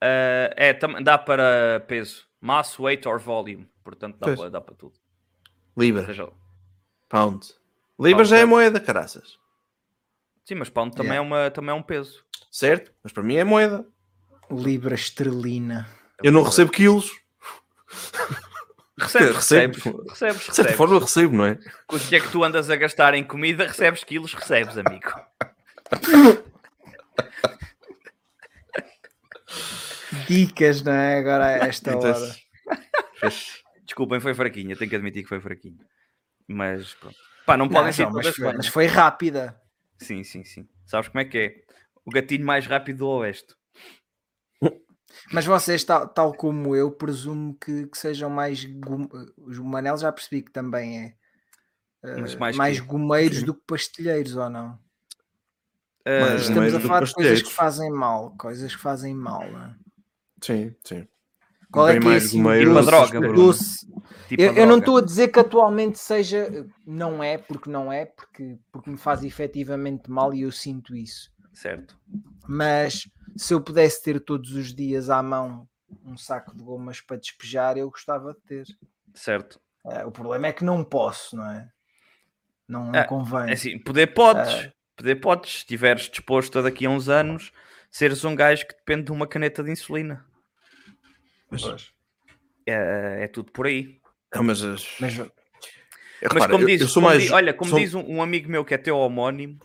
[SPEAKER 6] Ah, é, tam- dá para peso. Mass, weight or volume. Portanto, dá
[SPEAKER 5] Pois.
[SPEAKER 6] para, dá para tudo. Ou
[SPEAKER 5] Libra,
[SPEAKER 6] seja,
[SPEAKER 5] pound. Libra
[SPEAKER 6] Pound
[SPEAKER 5] já é
[SPEAKER 6] é-
[SPEAKER 5] moeda, caraças.
[SPEAKER 6] sim, mas pound também, é uma, também é um peso.
[SPEAKER 5] Certo? Mas para mim é moeda.
[SPEAKER 2] Libra estrelina.
[SPEAKER 5] Eu não recebo quilos.
[SPEAKER 6] Recebes,
[SPEAKER 5] recebo.
[SPEAKER 6] recebes, recebes,
[SPEAKER 5] De certa
[SPEAKER 6] recebes.
[SPEAKER 5] forma, eu recebo, não é?
[SPEAKER 6] Com o que é que tu andas a gastar em comida, recebes quilos, recebes, amigo.
[SPEAKER 2] Dicas, não é? Agora a esta
[SPEAKER 5] Então,
[SPEAKER 2] hora.
[SPEAKER 6] Desculpem, foi fraquinha, tenho que admitir que foi fraquinho. Mas pronto. Pá, não
[SPEAKER 2] Não, é
[SPEAKER 6] podem ser
[SPEAKER 2] não,
[SPEAKER 6] todas
[SPEAKER 2] mas, foi,
[SPEAKER 6] bem.
[SPEAKER 2] mas foi rápida.
[SPEAKER 6] Sim, sim, sim. Sabes como é que é? O gatinho mais rápido do Oeste.
[SPEAKER 2] Mas vocês, tal, tal como eu, presumo que, que sejam mais. Gom... O Manel já percebi que também é. eh,
[SPEAKER 6] Mas mais
[SPEAKER 2] mais,
[SPEAKER 6] quê?
[SPEAKER 2] gomeiros do que pastelheiros, ou não?
[SPEAKER 5] Mais
[SPEAKER 6] Ah,
[SPEAKER 5] um.
[SPEAKER 2] Estamos
[SPEAKER 5] gomeiros
[SPEAKER 2] a
[SPEAKER 5] do que
[SPEAKER 2] falar de coisas que
[SPEAKER 5] pastelheiros.
[SPEAKER 2] fazem mal. Coisas que fazem mal. Não é?
[SPEAKER 5] Sim, sim.
[SPEAKER 2] Qual é
[SPEAKER 5] Bem
[SPEAKER 2] que é
[SPEAKER 5] mais
[SPEAKER 2] assim,
[SPEAKER 5] gomeiro
[SPEAKER 2] o
[SPEAKER 6] do que
[SPEAKER 2] doce,
[SPEAKER 6] pastelheiro.
[SPEAKER 2] doce
[SPEAKER 6] tipo
[SPEAKER 2] Eu,
[SPEAKER 6] a
[SPEAKER 2] eu não
[SPEAKER 6] droga.
[SPEAKER 2] estou a dizer que atualmente seja, não é, porque não é, porque, porque me faz efetivamente mal e eu sinto isso.
[SPEAKER 6] Certo.
[SPEAKER 2] Mas se eu pudesse ter todos os dias à mão um saco de gomas para despejar, eu gostava de ter.
[SPEAKER 6] Certo.
[SPEAKER 2] Eh, o problema é que não posso, não é? Não, não
[SPEAKER 6] É,
[SPEAKER 2] convém.
[SPEAKER 6] É assim, poder
[SPEAKER 2] Ah.
[SPEAKER 6] podes. Poder podes. Se estiveres disposto a daqui a uns anos seres um gajo que depende de uma caneta de insulina.
[SPEAKER 5] Mas,
[SPEAKER 6] É, é tudo por aí.
[SPEAKER 5] não, mas, as-
[SPEAKER 2] Mas
[SPEAKER 5] eh, É Repara,
[SPEAKER 6] Mas como
[SPEAKER 5] eu-
[SPEAKER 6] diz,
[SPEAKER 5] eu sou
[SPEAKER 6] como
[SPEAKER 5] mais-
[SPEAKER 6] di- olha, como
[SPEAKER 5] sou-
[SPEAKER 6] diz um, um amigo meu que é teu homónimo,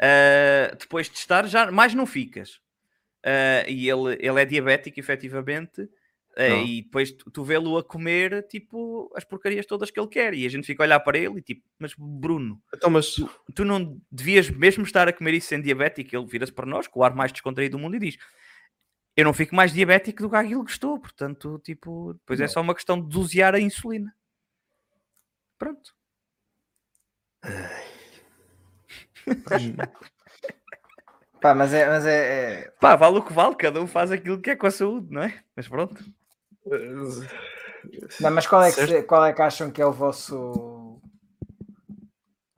[SPEAKER 6] ah, depois de testar, já mais não ficas. Ah, e ele, ele é diabético, efetivamente, ah,
[SPEAKER 5] Não.
[SPEAKER 6] e depois tu, tu vê-lo a comer tipo as porcarias todas que ele quer, e a gente fica a olhar para ele e tipo, mas Bruno,
[SPEAKER 5] Então, mas
[SPEAKER 6] tu não devias mesmo estar a comer isso sem diabético, ele vira-se para nós com o ar mais descontraído do mundo e diz: Eu não fico mais diabético do que aquilo que estou, portanto, tipo, depois é só uma questão de dosear a insulina. Pronto.
[SPEAKER 2] Pá, mas é, mas é, é-
[SPEAKER 6] Pá, vale o que vale, cada um faz aquilo que é com a saúde, não é? Mas pronto.
[SPEAKER 5] eh,
[SPEAKER 2] Não, mas qual é, que, se- qual é que acham que é o vosso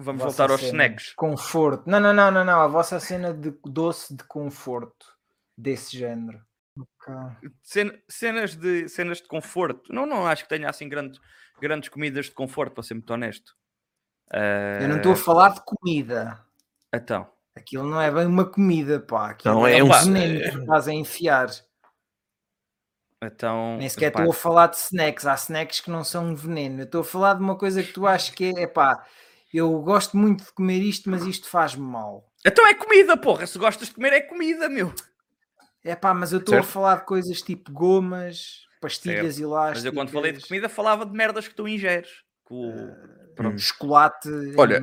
[SPEAKER 6] Vamos
[SPEAKER 2] vossa
[SPEAKER 6] voltar aos
[SPEAKER 2] cena
[SPEAKER 6] snacks.
[SPEAKER 2] de Conforto. Não, não, não, não, não. A vossa cena de doce de conforto desse género. Ok.
[SPEAKER 6] Cen- cenas, de, cenas de conforto. Não, não acho que tenha assim grandes, grandes comidas de conforto, para ser muito honesto.
[SPEAKER 2] Eu não
[SPEAKER 6] Eh,
[SPEAKER 2] estou a falar de comida.
[SPEAKER 6] Então,
[SPEAKER 2] Aquilo não é bem uma comida, pá. Aquilo
[SPEAKER 5] Não, é
[SPEAKER 6] um-
[SPEAKER 2] veneno que estás a enfiar.
[SPEAKER 6] então.
[SPEAKER 2] Nem sequer
[SPEAKER 6] pá,
[SPEAKER 2] estou a falar de snacks. Há snacks que não são um veneno. Eu estou a falar de uma coisa que tu achas que é, pá, eu gosto muito de comer isto, mas isto faz-me mal.
[SPEAKER 6] Então é comida, porra. Se gostas de comer, é comida, meu.
[SPEAKER 2] É pá, mas eu estou a
[SPEAKER 5] Certo.
[SPEAKER 2] falar de coisas tipo gomas, pastilhas elásticas.
[SPEAKER 6] Mas eu quando falei de comida falava de merdas que tu ingeres. Com...
[SPEAKER 2] Ah,
[SPEAKER 6] Pronto,
[SPEAKER 2] Chocolate,
[SPEAKER 5] Olha,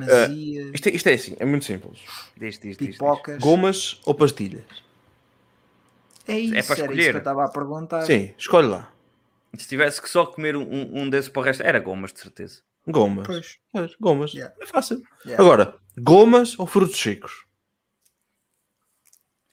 [SPEAKER 2] Olha,
[SPEAKER 5] eh, isto, é, isto é assim, é muito simples.
[SPEAKER 6] diz, diz, diz, diz.
[SPEAKER 2] pipocas.
[SPEAKER 5] Gomas ou pastilhas?
[SPEAKER 2] É isso, era
[SPEAKER 6] para
[SPEAKER 2] isso
[SPEAKER 6] escolher.
[SPEAKER 2] que eu estava a perguntar.
[SPEAKER 5] Sim, escolhe lá.
[SPEAKER 6] Se tivesse que só comer um- um, um desses para o resto, era gomas, de certeza.
[SPEAKER 5] Gomas.
[SPEAKER 2] Pois.
[SPEAKER 5] Pois, Gomas.
[SPEAKER 2] Yeah.
[SPEAKER 5] É fácil.
[SPEAKER 2] Yeah.
[SPEAKER 5] Agora, gomas ou frutos secos?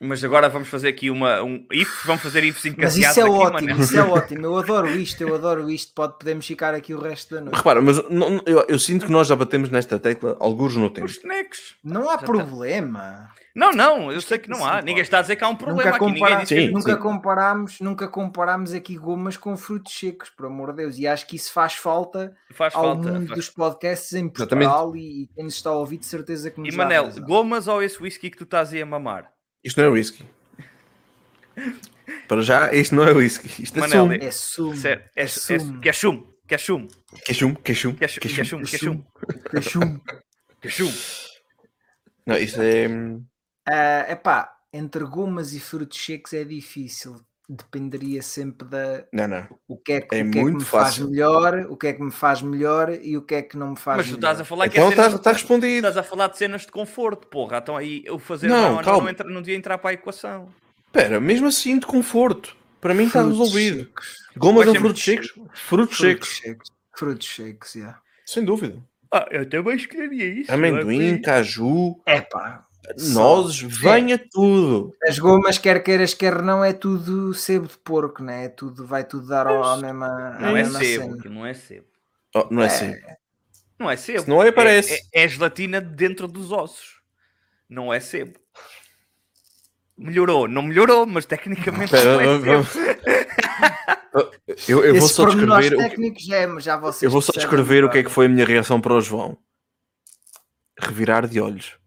[SPEAKER 6] Mas agora vamos fazer aqui uma. Um if, vamos fazer ifs
[SPEAKER 2] Mas
[SPEAKER 6] encadeados
[SPEAKER 2] isso é
[SPEAKER 6] aqui,
[SPEAKER 2] ótimo,
[SPEAKER 6] mano. <laughs>
[SPEAKER 2] isso é ótimo. Eu adoro isto, eu adoro isto. Pode, podemos ficar aqui o resto da noite.
[SPEAKER 5] Repara, mas não- não- eu, eu sinto que nós já batemos nesta tecla alguns no tempo.
[SPEAKER 6] Os snacks.
[SPEAKER 2] Não há
[SPEAKER 6] tá.
[SPEAKER 2] problema.
[SPEAKER 6] Não, não, eu sei que não
[SPEAKER 2] Sim,
[SPEAKER 6] há.
[SPEAKER 2] claro.
[SPEAKER 6] Ninguém está a dizer que há um problema
[SPEAKER 2] Nunca,
[SPEAKER 6] aqui. Ninguém
[SPEAKER 2] compara-
[SPEAKER 6] disse
[SPEAKER 5] Sim.
[SPEAKER 2] nunca comparámos, nunca comparámos aqui gomas com frutos secos, por amor de Deus. E acho que isso faz falta
[SPEAKER 6] que faz
[SPEAKER 2] ao
[SPEAKER 6] falta.
[SPEAKER 2] mundo
[SPEAKER 6] Faz-
[SPEAKER 2] dos podcasts em
[SPEAKER 5] Exatamente.
[SPEAKER 2] Portugal e, e quem nos está a ouvir de certeza que nos
[SPEAKER 6] E
[SPEAKER 2] dá
[SPEAKER 6] Manel,
[SPEAKER 2] razão.
[SPEAKER 6] gomas ou esse whisky que tu estás aí a mamar?
[SPEAKER 5] Isto não é whisky. Para já, isto não é whisky. Isto é
[SPEAKER 6] Manel,
[SPEAKER 5] sumo.
[SPEAKER 2] é sumo,
[SPEAKER 6] Certo, é,
[SPEAKER 2] é
[SPEAKER 6] é,
[SPEAKER 2] sumo.
[SPEAKER 6] que é chum, que é chum,
[SPEAKER 5] Queixume, queixume,
[SPEAKER 6] que é chum, que é chum, que é chum,
[SPEAKER 2] é sumo.
[SPEAKER 6] que é chum.
[SPEAKER 5] Não, isto é... hum,
[SPEAKER 2] Ah, epá, entre gomas e frutos secos é difícil. Dependeria sempre da
[SPEAKER 5] Não, não.
[SPEAKER 2] o que é que,
[SPEAKER 5] É
[SPEAKER 2] o que, é que
[SPEAKER 5] muito
[SPEAKER 2] me faz
[SPEAKER 5] fácil.
[SPEAKER 2] melhor, o que é que me faz melhor e o que é que não me faz
[SPEAKER 6] Mas tu
[SPEAKER 2] melhor.
[SPEAKER 6] estás a falar que
[SPEAKER 5] Então
[SPEAKER 6] é cenas-
[SPEAKER 5] está tá respondido.
[SPEAKER 6] Estás a falar de cenas de conforto, porra. Então aí eu fazer
[SPEAKER 5] Não,
[SPEAKER 6] não, não,
[SPEAKER 5] calma.
[SPEAKER 6] entra- não devia entrar para a equação.
[SPEAKER 5] Espera, mesmo assim de conforto. Para mim está
[SPEAKER 2] Frutos
[SPEAKER 5] resolvido.
[SPEAKER 2] secos,
[SPEAKER 5] Gomas
[SPEAKER 6] Mas
[SPEAKER 5] ou
[SPEAKER 6] é
[SPEAKER 5] frutos
[SPEAKER 6] muito
[SPEAKER 5] secos? Frutos secos,
[SPEAKER 2] secos. Frutos secos, yeah.
[SPEAKER 5] sem dúvida.
[SPEAKER 6] Ah, eu também escrevia isso. assim.
[SPEAKER 5] Amendoim, caju,
[SPEAKER 2] Epá, só-
[SPEAKER 5] nozes,
[SPEAKER 6] É.
[SPEAKER 5] venha tudo.
[SPEAKER 2] As gomas, quer queiras, quer não, é tudo sebo de porco, né? É tudo, vai tudo dar ao, à mesma, à
[SPEAKER 6] Não é
[SPEAKER 2] mesma
[SPEAKER 6] sebo,
[SPEAKER 2] cena.
[SPEAKER 6] que não é sebo.
[SPEAKER 5] Oh, não é
[SPEAKER 2] É.
[SPEAKER 5] assim.
[SPEAKER 6] Não é sebo.
[SPEAKER 5] Se não é, parece.
[SPEAKER 6] É, é gelatina de dentro dos ossos. Não é sebo. Melhorou, não melhorou, mas tecnicamente
[SPEAKER 5] Espera,
[SPEAKER 6] não é
[SPEAKER 5] vamos-
[SPEAKER 6] sebo.
[SPEAKER 5] vamos- <laughs> Eu, eu vou
[SPEAKER 2] Esses
[SPEAKER 5] só
[SPEAKER 2] pormenores
[SPEAKER 5] descrever. o que-
[SPEAKER 2] técnicos já, mas já vocês
[SPEAKER 5] eu vou só
[SPEAKER 2] percebem
[SPEAKER 5] descrever o que é
[SPEAKER 2] melhor.
[SPEAKER 5] que foi a minha reação para o João. Revirar de olhos.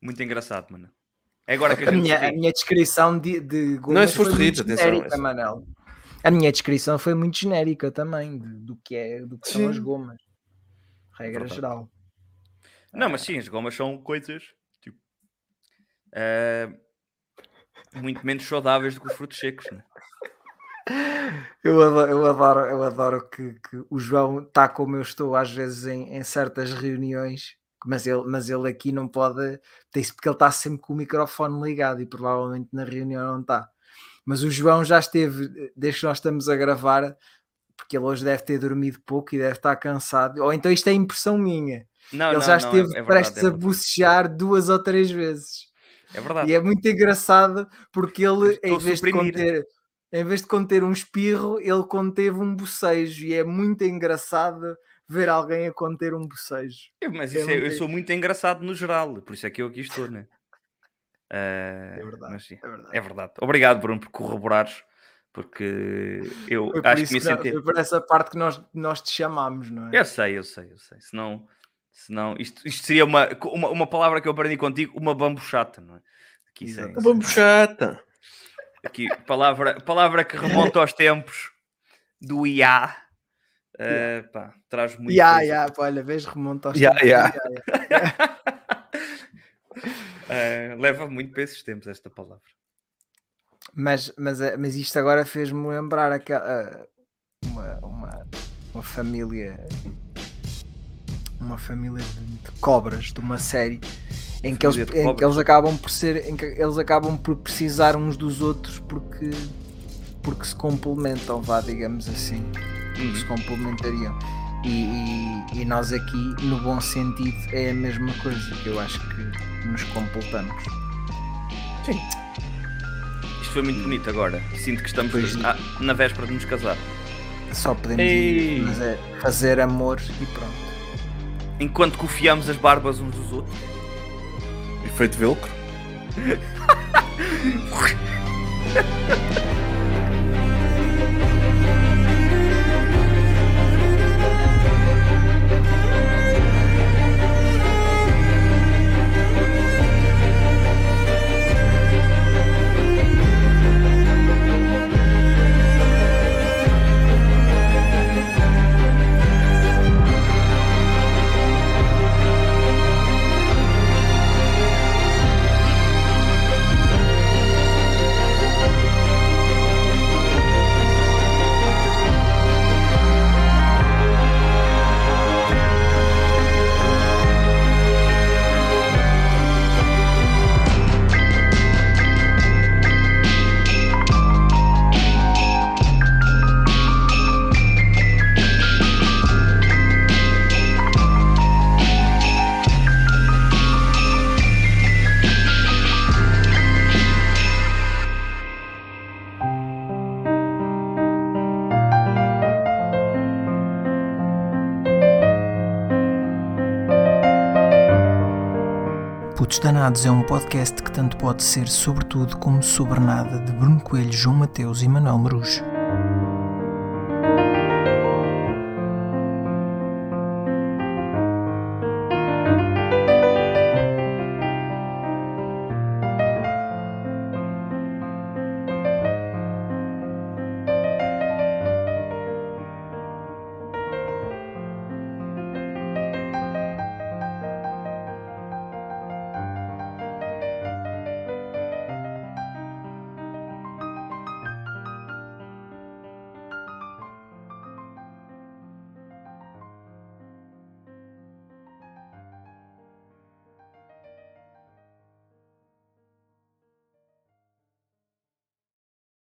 [SPEAKER 6] Muito engraçado, mano. É agora que é a
[SPEAKER 2] A
[SPEAKER 6] gente
[SPEAKER 2] minha,
[SPEAKER 6] se
[SPEAKER 2] a
[SPEAKER 6] ri.
[SPEAKER 2] minha descrição de, de gomas
[SPEAKER 5] se foste
[SPEAKER 2] muito
[SPEAKER 5] ridos, atenção,
[SPEAKER 2] genérica,
[SPEAKER 6] é
[SPEAKER 5] essa-
[SPEAKER 2] Manel. A minha descrição foi muito genérica também, de- do que, é, do que são as gomas. Regra
[SPEAKER 6] Verdade.
[SPEAKER 2] geral.
[SPEAKER 6] Não, mas sim, as gomas são coisas tipo, eh, muito menos saudáveis do que os frutos secos. Né?
[SPEAKER 2] Eu adoro, eu adoro, eu adoro que, que o João está como eu estou às vezes em, em certas reuniões, mas ele, mas ele aqui não pode tem-se porque ele está sempre com o microfone ligado e provavelmente na reunião não está. Mas o João já esteve, eh, desde que nós estamos a gravar, porque ele hoje deve ter dormido pouco e deve estar cansado, ou então isto é impressão minha.
[SPEAKER 6] Não,
[SPEAKER 2] Ele
[SPEAKER 6] não,
[SPEAKER 2] já
[SPEAKER 6] não,
[SPEAKER 2] esteve
[SPEAKER 6] é, é
[SPEAKER 2] prestes
[SPEAKER 6] verdade, é
[SPEAKER 2] a
[SPEAKER 6] verdade.
[SPEAKER 2] bocejar duas ou três vezes.
[SPEAKER 6] É verdade.
[SPEAKER 2] E é muito engraçado porque ele,
[SPEAKER 6] Estou
[SPEAKER 2] em
[SPEAKER 6] a
[SPEAKER 2] vez, de
[SPEAKER 6] suprimir.
[SPEAKER 2] conter, em vez de conter um espirro, ele conteve um bocejo. E é muito engraçado ver alguém a conter um bocejo.
[SPEAKER 6] Eu- mas
[SPEAKER 2] Eu
[SPEAKER 6] isso é-
[SPEAKER 2] não
[SPEAKER 6] eu
[SPEAKER 2] tenho-
[SPEAKER 6] sou muito engraçado no geral, por isso é que eu aqui estou, né? é?
[SPEAKER 2] verdade,
[SPEAKER 6] Mas, sim,
[SPEAKER 2] É verdade.
[SPEAKER 6] é verdade. Obrigado, Bruno, por corroborares, porque eu
[SPEAKER 2] Foi por,
[SPEAKER 6] É, acho
[SPEAKER 2] isso
[SPEAKER 6] que me
[SPEAKER 2] que nós-
[SPEAKER 6] senti.
[SPEAKER 2] foi por essa parte que nós, nós te chamámos, não é?
[SPEAKER 6] Eu sei, eu sei, eu sei. Senão, senão isto, isto seria uma, uma, uma palavra que eu aprendi contigo, uma bambuchata, não é? Aqui, sem-
[SPEAKER 2] Exato.
[SPEAKER 5] Vamos chata.
[SPEAKER 6] aqui palavra, palavra que remonta aos tempos do IA Eh, pá, traz muito.
[SPEAKER 2] Ya,
[SPEAKER 6] coisa.
[SPEAKER 2] ya, pá, olha, vês, remonta aos
[SPEAKER 4] Ya,
[SPEAKER 2] tempos.
[SPEAKER 4] ya.
[SPEAKER 2] Ya, ya.
[SPEAKER 6] Eh, leva muito para esses tempos esta palavra.
[SPEAKER 2] Mas, mas, eh, mas isto agora fez-me lembrar aquela, eh, uma, uma, uma família. Uma família de, de cobras de uma série em que, eles,
[SPEAKER 6] Família de
[SPEAKER 2] em que
[SPEAKER 6] cobras.
[SPEAKER 2] eles acabam por ser. em que eles acabam por precisar uns dos outros porque. porque se complementam, vá, digamos assim.
[SPEAKER 6] Uhum.
[SPEAKER 2] que se complementariam. E, e- e nós aqui, no bom sentido, é a mesma coisa. que Eu acho que nos completamos.
[SPEAKER 6] Isto foi muito bonito agora. Sinto que estamos
[SPEAKER 2] Pois
[SPEAKER 6] ah, na véspera de nos casar.
[SPEAKER 2] Só podemos
[SPEAKER 6] Ei.
[SPEAKER 2] ir, mas é fazer amor e pronto.
[SPEAKER 6] Enquanto confiamos as barbas uns dos outros.
[SPEAKER 5] Efeito velcro.
[SPEAKER 1] Putos Danados é um podcast que tanto pode ser sobretudo como sobre nada de Bruno Coelho, João Mateus e Manuel Marujo.